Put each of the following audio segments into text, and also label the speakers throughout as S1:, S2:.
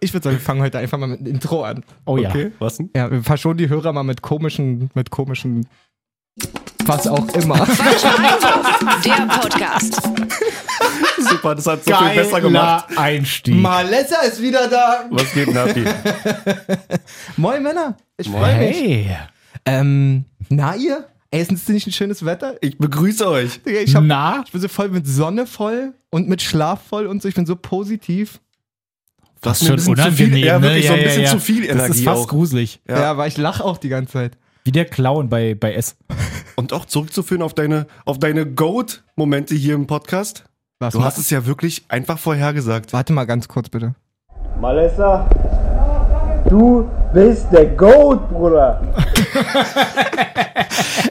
S1: Ich würde sagen, wir fangen heute einfach mal mit einem Intro an.
S2: Oh ja.
S3: Okay, was denn?
S1: Ja, wir verschonen die Hörer mal mit komischen, mit komischen, was auch immer.
S4: Der Podcast.
S3: Super, das hat so viel besser gemacht.
S2: Einstieg.
S1: Malessa ist wieder da.
S3: Was geht, Napi?
S1: Moin Männer, ich freue mich.
S2: Hey.
S1: Ähm, na ihr? Ey, ist das nicht ein schönes Wetter?
S3: Ich begrüße euch.
S1: Digga, Ich, hab,
S2: Na?
S1: ich bin so voll mit Sonne voll und mit Schlaf voll und so. Ich bin so positiv.
S3: Das
S2: ist schon
S3: zu viel,
S2: unangenehm,
S3: ja,
S2: ne?
S3: wirklich
S2: Ja,
S3: so ein
S2: ja,
S3: bisschen
S2: ja.
S3: zu viel Energie
S2: Das ist fast
S3: auch.
S2: gruselig.
S1: Ja,
S3: Ja.
S1: aber ich lache auch die ganze Zeit.
S2: Wie der Clown bei, bei S.
S3: Und auch zurückzuführen auf deine, auf deine Goat-Momente hier im Podcast.
S1: Was
S3: Du
S1: ma-
S3: hast es ja wirklich einfach vorhergesagt.
S1: Warte mal ganz kurz bitte.
S5: Malessa, du bist der Goat, Bruder.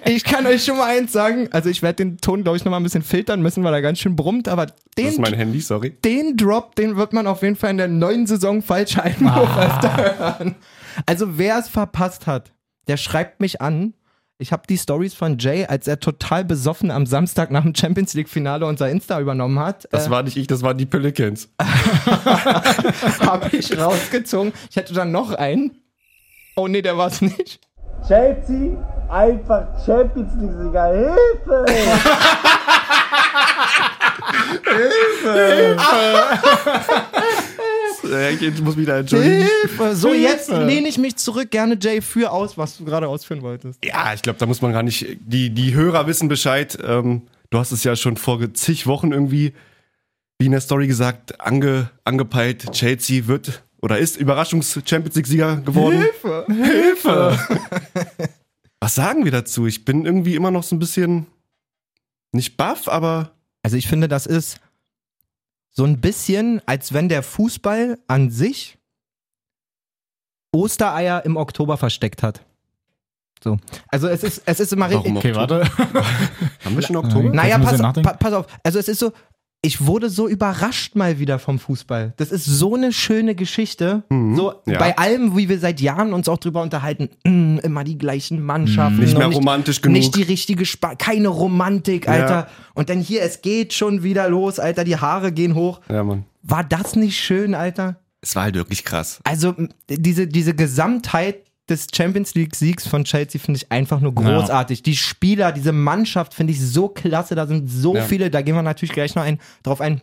S1: Ich kann euch schon mal eins sagen. Also ich werde den Ton, glaube ich, nochmal ein bisschen filtern müssen, weil er ganz schön brummt. Aber
S3: Das ist
S1: den,
S3: mein Handy, sorry.
S1: den Drop, den wird man auf jeden Fall in der neuen Saison falsch Einwurf öfter hören. Also wer es verpasst hat, der schreibt mich an. Ich habe die Stories von Jay, als er total besoffen am Samstag nach dem Champions League Finale unser Insta übernommen hat, äh,
S3: Das war nicht ich, das waren die Pelicans.
S1: habe ich rausgezogen. Ich hätte dann noch einen. Oh nee, der war es nicht.
S5: Chelsea, einfach Champions League-Sieger. Hilfe!
S3: Äh, Ich muss mich da entschuldigen.
S1: Hilfe! So, jetzt
S2: Hilfe.
S1: lehne ich mich zurück. Gerne Jay für aus, was du gerade ausführen wolltest.
S3: Ja, ich glaube, da muss man gar nicht. Die, die Hörer wissen Bescheid. Ähm, du hast es ja schon vor zig Wochen irgendwie, wie in der Story gesagt, ange, angepeilt. Chelsea wird oder ist Überraschungs-Champions League-Sieger geworden.
S1: Hilfe!
S3: Was sagen wir dazu? Ich bin irgendwie immer noch so ein bisschen nicht baff, aber
S1: Also ich finde, das ist so ein bisschen, als wenn der Fußball an sich Ostereier im Oktober versteckt hat. So. Also es ist, es ist immer richtig.
S3: Warum?
S2: Äh, Okay, warte.
S3: haben wir schon Oktober?
S2: Nein.
S1: Naja,
S2: Kannst du ein
S1: pass,
S2: bisschen nachdenken?
S1: pa pass auf. Also es ist so, ich wurde so überrascht mal wieder vom Fußball. Das ist so eine schöne
S2: Hm.
S1: Geschichte.
S3: Mhm,
S1: So
S3: ja.
S1: bei allem, wie wir seit Jahren uns auch drüber unterhalten, mm, immer die gleichen Mannschaften.
S3: Nicht
S1: und
S3: mehr romantisch genug.
S1: Nicht die richtige Spa keine Romantik, Alter. Und dann hier, es geht schon wieder los, Alter, die Haare gehen hoch.
S3: Ja, Mann.
S1: War das nicht schön, Alter?
S3: Es war halt wirklich krass.
S1: Also m- diese, diese Gesamtheit des Champions League Siegs von Chelsea finde ich einfach nur großartig. Die Spieler, diese Mannschaft finde ich so klasse. Da sind so
S3: Ja.
S1: viele, da gehen wir natürlich gleich noch ein, drauf ein.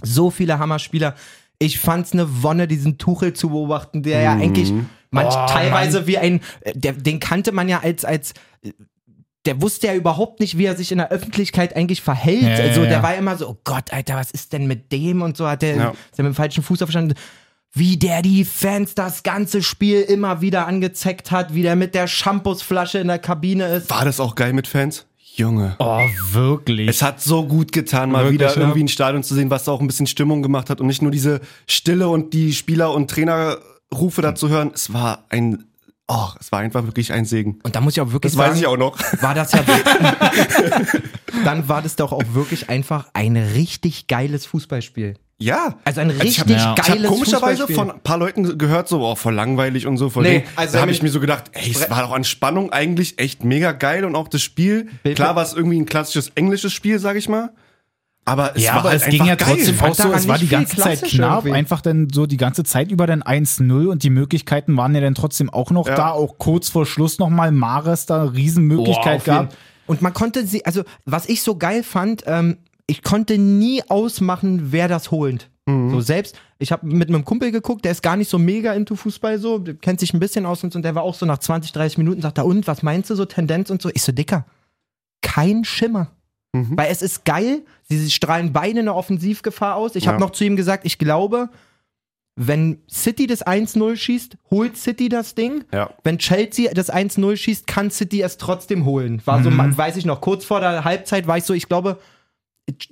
S1: So viele Hammerspieler. Ich fand's eine Wonne, diesen Tuchel zu beobachten, der
S2: Mhm.
S1: ja eigentlich manch,
S2: Oh,
S1: teilweise wie ein, äh, der, den kannte man ja als, als, äh, der wusste ja überhaupt nicht, wie er sich in der Öffentlichkeit eigentlich verhält.
S2: Ja, ja,
S1: also der
S2: ja.
S1: war immer so, oh Gott, Alter, was ist denn mit dem und so, hat der,
S3: Ja.
S1: ist der mit dem falschen Fuß aufgestanden wie der die Fans das ganze Spiel immer wieder angezeckt hat, wie der mit der Shampoosflasche in der Kabine ist.
S3: War das auch geil mit Fans? Junge.
S2: Oh, wirklich.
S3: Es hat so gut getan, mal
S2: Wirklich,
S3: wieder
S2: ne?
S3: irgendwie ein Stadion zu sehen, was auch ein bisschen Stimmung gemacht hat und nicht nur diese Stille und die Spieler- und Trainerrufe dazu hören. Es war ein, oh, es war einfach wirklich ein Segen.
S1: Und da muss ich auch wirklich
S3: Das
S1: sagen,
S3: weiß ich auch noch.
S1: war das ja dann war das doch auch wirklich einfach ein richtig geiles Fußballspiel.
S3: Ja.
S1: Also ein
S3: ich hab-
S1: richtig
S2: ja.
S3: Ich habe
S1: geiles
S3: komischerweise
S1: Fußballspiel.
S3: von ein paar Leuten gehört, so, oh, voll langweilig und so, voll.
S1: Nee,
S3: Nee,
S1: also
S3: also da habe
S1: wenn
S3: ich mir so gedacht, ey, es war doch an Spannung eigentlich echt mega geil und auch das Spiel.
S1: Bitte?
S3: Klar war es irgendwie ein klassisches englisches Spiel, sag ich mal. Aber es
S2: ja,
S3: war
S2: aber
S3: halt
S2: es
S3: einfach
S2: ging ja
S3: geil.
S2: trotzdem
S1: Fand
S2: auch so,
S1: daran
S2: es war die
S1: nicht viel
S2: ganze Zeit
S1: klassisch
S2: knapp,
S1: irgendwie.
S2: einfach dann so die ganze Zeit über dann 1-0 und die Möglichkeiten waren ja dann trotzdem auch noch
S3: Ja.
S2: da, auch kurz vor Schluss nochmal Mares da eine
S3: Boah,
S2: Riesenmöglichkeit
S3: auf
S2: gab.
S1: Und man konnte sie, also was ich so geil fand, ähm, ich konnte nie ausmachen, wer das holt. So selbst, ich habe mit einem Kumpel geguckt, der ist gar nicht so mega into Fußball so, der kennt sich ein bisschen aus und so, und der war auch so nach 20, 30 Minuten, sagt er, und was meinst du so, Tendenz und so? Ich so, Dicker, kein Schimmer. Weil es ist geil, sie sie strahlen beide eine Offensivgefahr aus. Ich habe
S3: Ja.
S1: noch zu ihm gesagt, ich glaube, wenn City das 1-0 schießt, holt City das Ding.
S3: Ja.
S1: Wenn Chelsea das 1-0 schießt, kann City es trotzdem holen. War so, man, weiß ich noch, kurz vor der Halbzeit war ich so, ich glaube,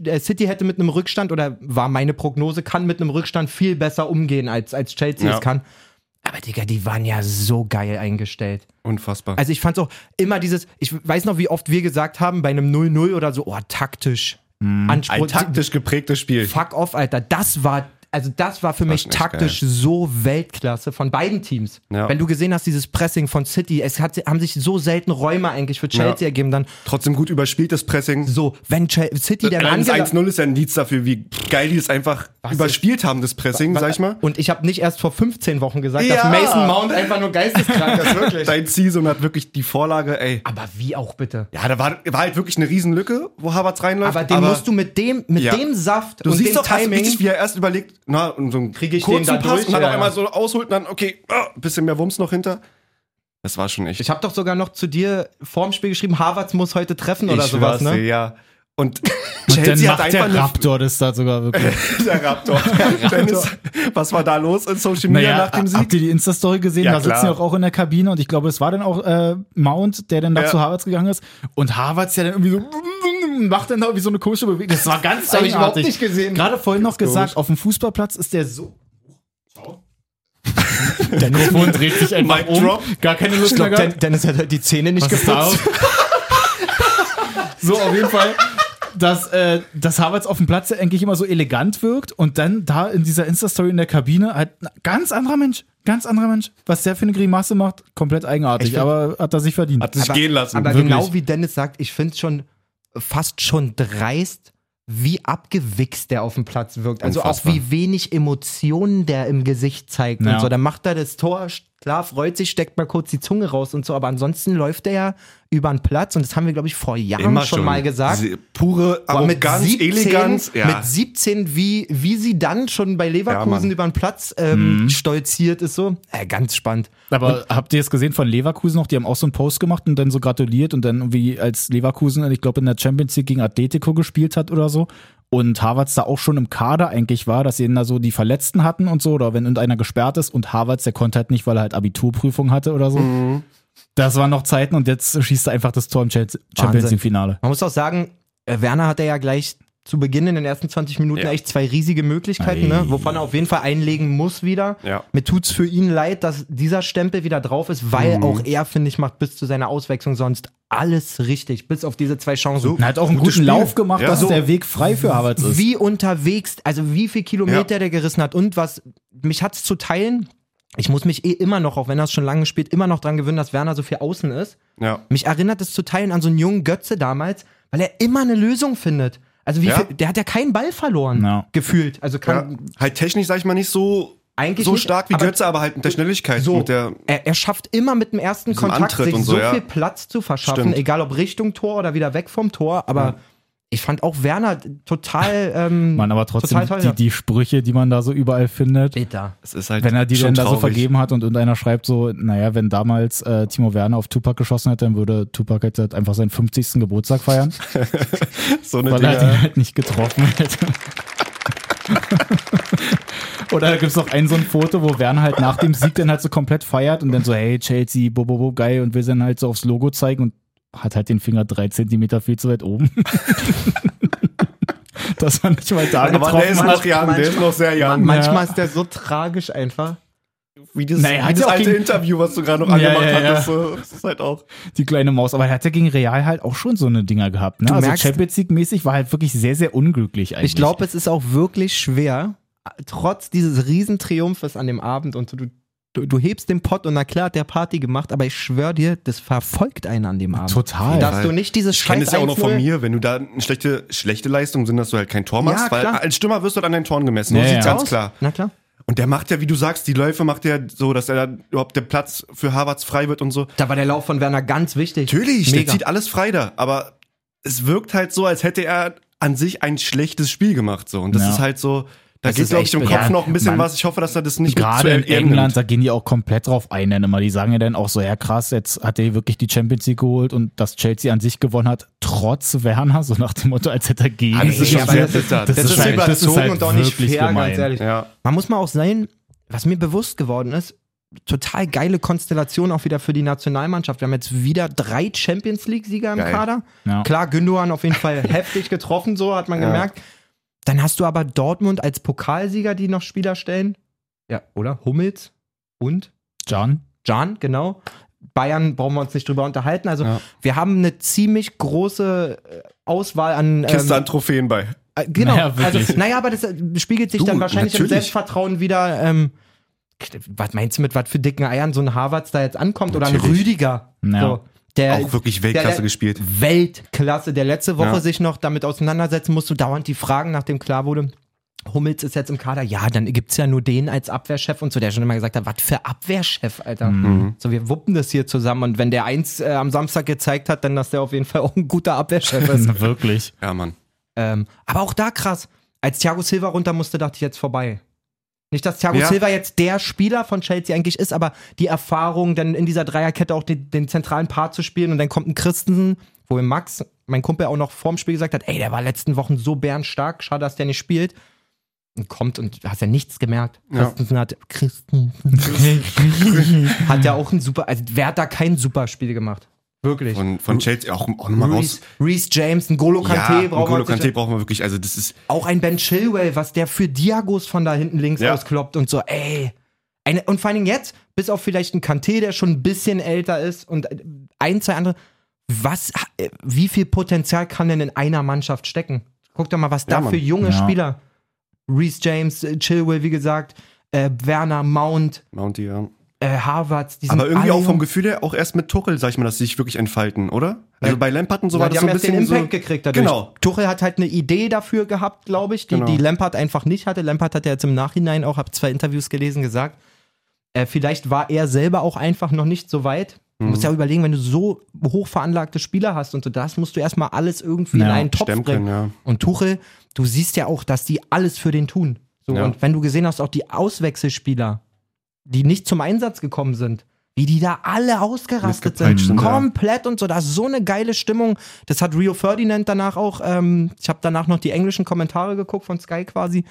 S1: äh, City hätte mit einem Rückstand, oder war meine Prognose, kann mit einem Rückstand viel besser umgehen, als, als Chelsea
S3: Ja.
S1: es kann. Aber Digga, die waren ja so geil eingestellt.
S3: Unfassbar.
S1: Also ich fand's auch immer dieses, ich weiß noch, wie oft wir gesagt haben, bei einem 0-0 oder so, oh, taktisch. Anspruch,
S3: ein taktisch geprägtes Spiel.
S1: Fuck off, Alter. Das war also das war für mich
S3: schon echt
S1: taktisch so Weltklasse von beiden Teams.
S3: Ja.
S1: Wenn du gesehen hast, dieses Pressing von City, es hat, haben sich so selten Räume eigentlich für Chelsea
S3: Ja.
S1: ergeben, dann
S3: Trotzdem gut überspielt das Pressing.
S1: so, wenn Chel City dann
S3: Allein das
S1: angela-
S3: 1-0 ist ja ein Indiz dafür, wie geil die es einfach überspielt haben, das Pressing, sag ich mal.
S1: Und ich habe nicht erst vor 15 Wochen gesagt,
S3: Ja.
S1: dass Mason Mount einfach nur geisteskrank ist, wirklich.
S3: Dein Season hat wirklich die Vorlage, ey.
S1: Aber wie auch bitte?
S3: Ja, da war, war halt wirklich eine Riesenlücke, wo Havertz reinläuft.
S1: Aber den musst du mit dem, mit
S3: Ja.
S1: dem Saft
S3: Du
S1: und
S3: siehst
S1: dem
S3: doch hast du
S1: Timing.
S3: richtig, wie er erst überlegt, na, und so einen
S1: Krieg ich
S3: kurzen
S1: den da
S3: Pass
S1: durch?
S3: und dann
S1: Ja,
S3: auf
S1: ja.
S3: einmal so ausholt und dann, okay, ah, bisschen mehr Wumms noch hinter. Das war schon echt.
S1: ich habe doch sogar noch zu dir vorm Spiel geschrieben, Harvards muss heute treffen oder sowas,
S3: schwör's dir,
S1: ne?
S3: Ja. Und
S2: Und dann
S3: Chelsea hat
S2: macht
S3: einfach
S2: der
S3: eine
S2: Raptor das da sogar wirklich.
S3: Der Raptor. Dennis, was war da los in Social Media
S2: Naja,
S3: nach dem Sieg?
S2: habt ihr die Insta-Story gesehen?
S3: Ja,
S2: da sitzen
S3: klar.
S2: ja auch in der Kabine und ich glaube, es war dann auch äh, Mount, der dann da
S3: Ja.
S2: zu Harvards gegangen ist. Und Harvards ja dann irgendwie so macht dann da irgendwie so eine komische Bewegung. Das war ganz
S1: hab ich überhaupt
S2: eigenartig.
S1: nicht gesehen.
S2: Gerade vorhin noch gesagt, auf dem Fußballplatz ist der so. Schau. Der Mikrofon dreht sich einfach
S3: Mic
S2: um.
S3: drop.
S2: Gar keine Lust
S1: Ich
S2: mehr
S1: glaube,
S2: gehabt.
S1: Den Dennis hat halt die Zähne nicht
S2: Was ist
S1: geputzt.
S2: da? so, auf jeden Fall. Dass, äh, dass Harvards auf dem Platz eigentlich immer so elegant wirkt und dann da in dieser Insta-Story in der Kabine halt ein ganz anderer Mensch, ganz anderer Mensch. Was der für eine Grimasse macht, komplett eigenartig, aber hat er sich verdient.
S3: Hat sich gehen lassen.
S1: aber
S3: wirklich.
S1: genau wie Dennis sagt, ich finde es schon fast schon dreist, wie abgewichst der auf dem Platz wirkt. Also
S3: Unfassbar.
S1: auch wie wenig Emotionen der im Gesicht zeigt
S2: Ja.
S1: und so. Dann macht er das Tor, sch- klar freut sich, steckt mal kurz die Zunge raus und so. Aber ansonsten läuft er ja über den Platz und das haben wir, glaube ich, vor Jahren schon, mal gesagt.
S3: Diese pure
S1: Aber mit
S3: Arroganz,
S1: 17,
S3: Eleganz. Ja.
S1: mit 17 wie, wie sie dann schon bei Leverkusen
S3: Mann. Mhm.
S1: über den Platz ähm, stolziert ist so. Äh, ganz spannend.
S2: Aber habt ihr es gesehen von Leverkusen noch? Die haben auch so einen Post gemacht und dann so gratuliert und dann irgendwie als Leverkusen, ich glaube, in der Champions League gegen Atletico gespielt hat oder so. Und Havertz da auch schon im Kader eigentlich war, dass sie dann da so die Verletzten hatten und so, oder wenn irgendeiner gesperrt ist und Havertz, der konnte halt nicht, weil er halt Abiturprüfung hatte oder so.
S1: Mhm.
S2: Das waren noch Zeiten und jetzt schießt er einfach das Tor im Chels- Champions
S1: Wahnsinn.
S2: League-Finale.
S1: Man muss auch sagen, äh, Werner hatte ja gleich zu Beginn in den ersten 20 Minuten
S3: Ja.
S1: echt zwei riesige Möglichkeiten, ne? wovon er auf jeden Fall einlegen muss wieder.
S3: Ja.
S1: Mir tut's für ihn leid, dass dieser Stempel wieder drauf ist, weil
S3: Mhm.
S1: auch er, finde ich, macht bis zu seiner Auswechslung sonst alles richtig, bis auf diese zwei Chancen.
S2: Er hat auch einen guten
S3: Gutes Spiel.
S2: Lauf gemacht,
S3: Ja.
S2: dass
S3: So.
S2: der Weg frei für Havertz ist.
S1: wie unterwegs, also wie viel Kilometer der gerissen hat und was, mich hat's zu teilen. Ich muss mich eh immer noch, auch wenn er es schon lange spielt, immer noch dran gewöhnen, dass Werner so viel außen ist.
S3: ja.
S1: Mich erinnert es zu Teilen an so einen jungen Götze damals, weil er immer eine Lösung findet. Also wie
S3: Ja.
S1: viel, der hat ja keinen Ball verloren,
S2: Ja.
S1: gefühlt. Also
S3: ja.
S1: kann
S3: Halt technisch, sag ich mal, nicht so,
S1: Eigentlich
S3: so
S1: nicht,
S3: stark wie
S1: aber-
S3: Götze, aber halt mit der Schnelligkeit.
S1: so,
S3: Mit der,
S1: er, er schafft immer mit dem ersten
S3: diesem
S1: Kontakt
S3: Antritt
S1: sich
S3: und so,
S1: so
S3: ja.
S1: viel Platz zu verschaffen,
S3: Stimmt.
S1: egal ob Richtung Tor oder wieder weg vom Tor, aber ich fand auch Werner total ähm,
S2: Man, aber trotzdem
S1: total toll,
S2: die,
S1: ja.
S2: die Sprüche, die man da so überall findet.
S1: Bitter.
S3: es ist halt
S2: Wenn er die dann
S3: schon
S2: da so
S3: traurig.
S2: vergeben hat und irgendeiner schreibt so, naja, wenn damals äh, Timo Werner auf Tupac geschossen hätte, dann würde Tupac jetzt halt einfach seinen 50. Geburtstag feiern,
S3: So eine
S2: weil er
S3: Dinger.
S2: den halt nicht getroffen hätte. Oder da gibt's noch ein so ein Foto, wo Werner halt nach dem Sieg dann halt so komplett feiert und dann so, hey, Chelsea, bo, bo, bo, geil und will dann halt so aufs Logo zeigen und hat halt den Finger drei Zentimeter viel zu weit oben. Dass man nicht mal da
S3: Aber der
S2: getroffen
S3: ist
S2: hat.
S3: noch young, der ist noch sehr young.
S1: Manchmal ist der so tragisch einfach.
S3: Wie das,
S2: Naja,
S3: wie
S2: hat
S3: das
S2: ja auch
S3: alte
S2: gegen-
S3: Interview, was du gerade noch
S2: Ja,
S3: angemacht
S2: ja, ja.
S3: hattest, so, das ist halt auch.
S2: die kleine Maus. Aber er hat ja gegen Real halt auch schon so eine Dinger gehabt. Ne?
S1: Du
S2: also
S1: merkst-
S2: Champions League-mäßig war halt wirklich sehr, sehr unglücklich eigentlich.
S1: Ich glaube, es ist auch wirklich schwer, trotz dieses Riesentriumphes an dem Abend und so, du, du, du hebst den Pott und na klar hat der Party gemacht, aber ich schwöre dir, das verfolgt einen an dem Abend.
S2: Total.
S1: Dass du nicht dieses
S3: Ich kenne
S1: Scheiß
S3: es ja auch noch von
S1: 1-0
S3: mir, wenn du da eine schlechte, schlechte Leistung sind, dass du halt kein Tor machst, weil
S1: klar.
S3: als Stürmer wirst du dann an deinen Toren gemessen.
S2: Ja,
S3: das
S2: ja.
S3: ist ganz
S1: raus-
S3: klar.
S1: Na klar.
S3: Und der macht ja, wie du sagst, die Läufe macht er so, dass er dann überhaupt der Platz für Harvards frei wird und so.
S1: Da war der Lauf von Werner ganz wichtig.
S3: Natürlich, der
S1: Mega.
S3: zieht alles frei da, aber es wirkt halt so, als hätte er an sich ein schlechtes Spiel gemacht so. Und das
S2: Ja.
S3: ist halt so, da
S1: Das
S3: geht
S1: ist
S3: glaube
S1: echt
S3: ich im Kopf
S1: bitter.
S3: noch ein bisschen
S2: Mann.
S3: was. Ich hoffe, dass er das nicht mit zu
S2: Gerade in
S3: ernst nimmt.
S2: England, da gehen die auch komplett drauf ein, dann immer. Die sagen ja dann auch so, ja krass, jetzt hat er wirklich die Champions League geholt und dass Chelsea an sich gewonnen hat, trotz Werner, so nach dem Motto, als hätte er gegen.
S3: Ah, das ist
S1: Ey,
S3: schon
S1: aber
S3: sehr
S1: das ist-
S3: bitter.
S2: das ist halt- das ist halt wirklich gemein.
S1: ganz ehrlich.
S3: ja.
S1: Man muss mal auch sein, was mir bewusst geworden ist, total geile Konstellation auch wieder für die Nationalmannschaft. Wir haben jetzt wieder drei Champions League-Sieger im
S3: Geil.
S1: Kader.
S2: Ja.
S1: Klar, Gündogan auf jeden Fall heftig getroffen, so hat man gemerkt. Dann hast du aber Dortmund als Pokalsieger, die noch Spieler stellen. Ja, oder? Hummels und
S2: John?
S1: Jan, genau. Bayern brauchen wir uns nicht drüber unterhalten. Also
S3: Ja.
S1: wir haben eine ziemlich große äh, Auswahl an ähm,
S3: Kiste an Trophäen bei.
S1: äh, genau.
S2: Naja, wirklich.
S1: also, naja, aber das äh, spiegelt sich
S3: Du,
S1: dann wahrscheinlich im
S3: natürlich.
S1: Selbstvertrauen wieder. Ähm, was meinst du mit was für dicken Eiern so ein Harvards da jetzt ankommt oder ein
S3: Natürlich.
S1: Rüdiger?
S2: Ja.
S1: So, der,
S3: Auch wirklich Weltklasse
S1: der, der,
S3: gespielt.
S1: Weltklasse, der letzte Woche
S3: Ja.
S1: sich noch damit auseinandersetzen musste, dauernd die Fragen, nachdem klar wurde, Hummels ist jetzt im Kader, ja, dann gibt's ja nur den als Abwehrchef und so, der schon immer gesagt hat, was für Abwehrchef, Alter.
S3: Mhm.
S1: So, wir wuppen das hier zusammen und wenn der eins äh, am Samstag gezeigt hat, dann dass der auf jeden Fall auch ein guter Abwehrchef ist.
S2: Wirklich.
S3: Ja, Mann.
S1: Ähm, aber auch da krass. Als Thiago Silva runter musste, dachte ich jetzt vorbei. Nicht, dass Thiago
S3: Ja.
S1: Silva jetzt der Spieler von Chelsea eigentlich ist, aber die Erfahrung, dann in dieser Dreierkette auch den, den zentralen Part zu spielen und dann kommt ein Christensen, wo mir Max, mein Kumpel, auch noch vorm Spiel gesagt hat, ey, der war letzten Wochen so bärenstark, schade, dass der nicht spielt. Und kommt und hast ja nichts gemerkt.
S3: Ja.
S1: Christensen hat Christensen hat ja auch ein super, also wer hat da kein super Spiel gemacht? Wirklich.
S3: Von, von Chelsea auch, auch nochmal raus.
S1: Reece, Reece James, ein Golo Kanté
S3: ja,
S1: braucht
S3: N'Golo
S1: man sich- halt-
S3: Kanté brauchen wir wirklich. Also das ist
S1: auch ein Ben Chilwell, was der für Diagos von da hinten links
S3: Ja.
S1: auskloppt und so, ey. Eine, und vor allen Dingen jetzt, bis auf vielleicht einen Kanté, der schon ein bisschen älter ist und äh, ein, zwei andere, was, äh, wie viel Potenzial kann denn in einer Mannschaft stecken? Guck doch mal, was da
S3: Mann.
S1: für junge
S2: Ja.
S1: Spieler, Reese James, äh, Chilwell, wie gesagt, äh, Werner, Mount,
S3: Mounty, ja.
S1: äh, Harvards, die
S3: Aber irgendwie auch
S1: alle
S3: vom
S1: jung.
S3: Gefühl her, auch erst mit Tuchel, sag ich mal, dass sie sich wirklich entfalten, oder? Also bei Lampard und so
S1: Ja,
S3: war
S1: die
S3: das
S1: haben
S3: so ein
S1: erst den
S3: bisschen
S1: Impact
S3: so.
S1: gekriegt dadurch.
S3: Genau.
S1: Tuchel hat halt eine Idee dafür gehabt, glaube ich, die,
S3: Genau.
S1: die Lampard einfach nicht hatte. Lampard hat ja jetzt im Nachhinein auch, habe zwei Interviews gelesen, gesagt, äh, vielleicht war er selber auch einfach noch nicht so weit. Du musst ja überlegen, wenn du so hoch veranlagte Spieler hast und so, das musst du erstmal alles irgendwie in
S2: Ja,
S1: einen Topf
S3: stemmen
S1: bringen.
S3: können, ja.
S1: Und Tuchel, du siehst ja auch, dass die alles für den tun. So,
S3: Ja.
S1: Und wenn du gesehen hast, auch die Auswechselspieler, die nicht zum Einsatz gekommen sind, wie die da alle ausgerastet
S3: Mitgepeitscht
S1: sind,
S3: sind, ja.
S1: komplett und so, da ist so eine geile Stimmung. Das hat Rio Ferdinand danach auch, ähm, ich habe danach noch die englischen Kommentare geguckt von Sky quasi.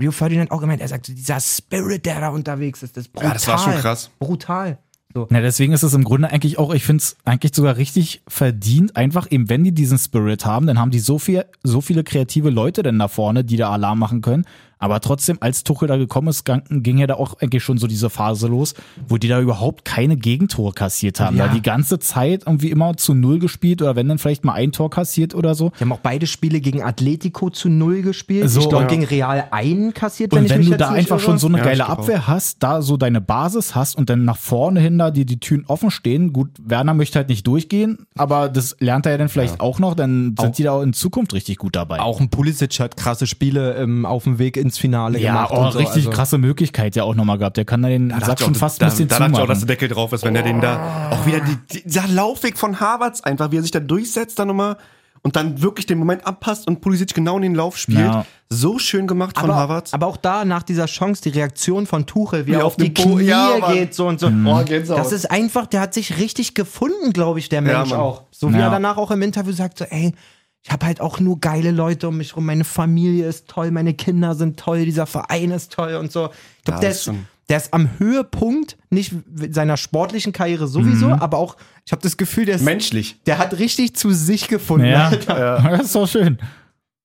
S1: Rio Ferdinand auch gemeint, er sagt, so, dieser Spirit, der da unterwegs ist, das ist brutal.
S3: Ja, das war schon krass.
S1: Brutal. So.
S2: Na, deswegen ist es im Grunde eigentlich auch, ich finde es eigentlich sogar richtig verdient, einfach eben, wenn die diesen Spirit haben, dann haben die so viel, so viele kreative Leute denn da vorne, die da Alarm machen können. Aber trotzdem, als Tuchel da gekommen ist, gang- ging ja da auch eigentlich schon so diese Phase los, wo die da überhaupt keine Gegentore kassiert haben.
S1: Ja.
S2: Da die ganze Zeit irgendwie immer zu Null gespielt oder wenn dann vielleicht mal ein Tor kassiert oder so.
S1: Die haben auch beide Spiele gegen Atletico zu null gespielt.
S2: So,
S1: ich glaube,
S2: ja.
S1: gegen Real einen kassiert, wenn
S2: Und
S1: ich
S2: wenn
S1: mich
S2: du
S1: jetzt
S2: da
S1: nicht
S2: einfach
S1: irre.
S2: schon so eine
S3: Ja, ich
S2: geile
S3: glaub auch.
S2: Abwehr hast, da so deine Basis hast und dann nach vorne hin da dir die Türen offen stehen, gut, Werner möchte halt nicht durchgehen, aber das lernt er ja dann vielleicht auch noch, dann sind die da auch in Zukunft richtig gut dabei.
S1: Auch ein Pulisic hat krasse Spiele ähm, auf dem Weg ins Finale
S2: ja,
S1: gemacht.
S2: oh,
S1: und so,
S2: richtig
S1: also.
S2: krasse Möglichkeit ja auch nochmal gehabt. Der kann da den
S3: Da
S2: Sack
S3: dachte ich
S2: schon
S3: auch,
S2: fast
S3: da,
S2: ein bisschen
S3: da dachte ich auch, dass
S2: zumachen.
S3: der Deckel drauf ist, wenn er den da auch wieder die, die, dieser Laufweg von Harvards einfach, wie er sich da durchsetzt dann nochmal und dann wirklich den Moment abpasst und Pulisic genau in den Lauf spielt.
S2: Ja.
S3: So schön gemacht von
S1: Aber,
S3: Harvards.
S1: aber auch da nach dieser Chance, die Reaktion von Tuchel, wie
S3: Wie
S1: er auf
S3: auf
S1: die
S3: dem Po-
S1: Knie
S3: ja, Mann. Mhm.
S1: geht, so und so. das ist einfach, der hat sich richtig gefunden, glaube ich, der Mensch
S3: Mann.
S1: auch. So wie
S2: Ja.
S1: er danach auch im Interview sagt, so, ey, ich habe halt auch nur geile Leute um mich rum, meine Familie ist toll, meine Kinder sind toll, dieser Verein ist toll und so. Ich glaube,
S3: Ja,
S1: der,
S3: das
S1: ist-
S3: schon.
S1: der ist am Höhepunkt, nicht seiner sportlichen Karriere sowieso, aber auch, ich habe das Gefühl, der ist,
S3: Mhm. Menschlich.
S1: der hat richtig zu sich gefunden.
S2: ja,
S1: Alter.
S2: das ist doch schön.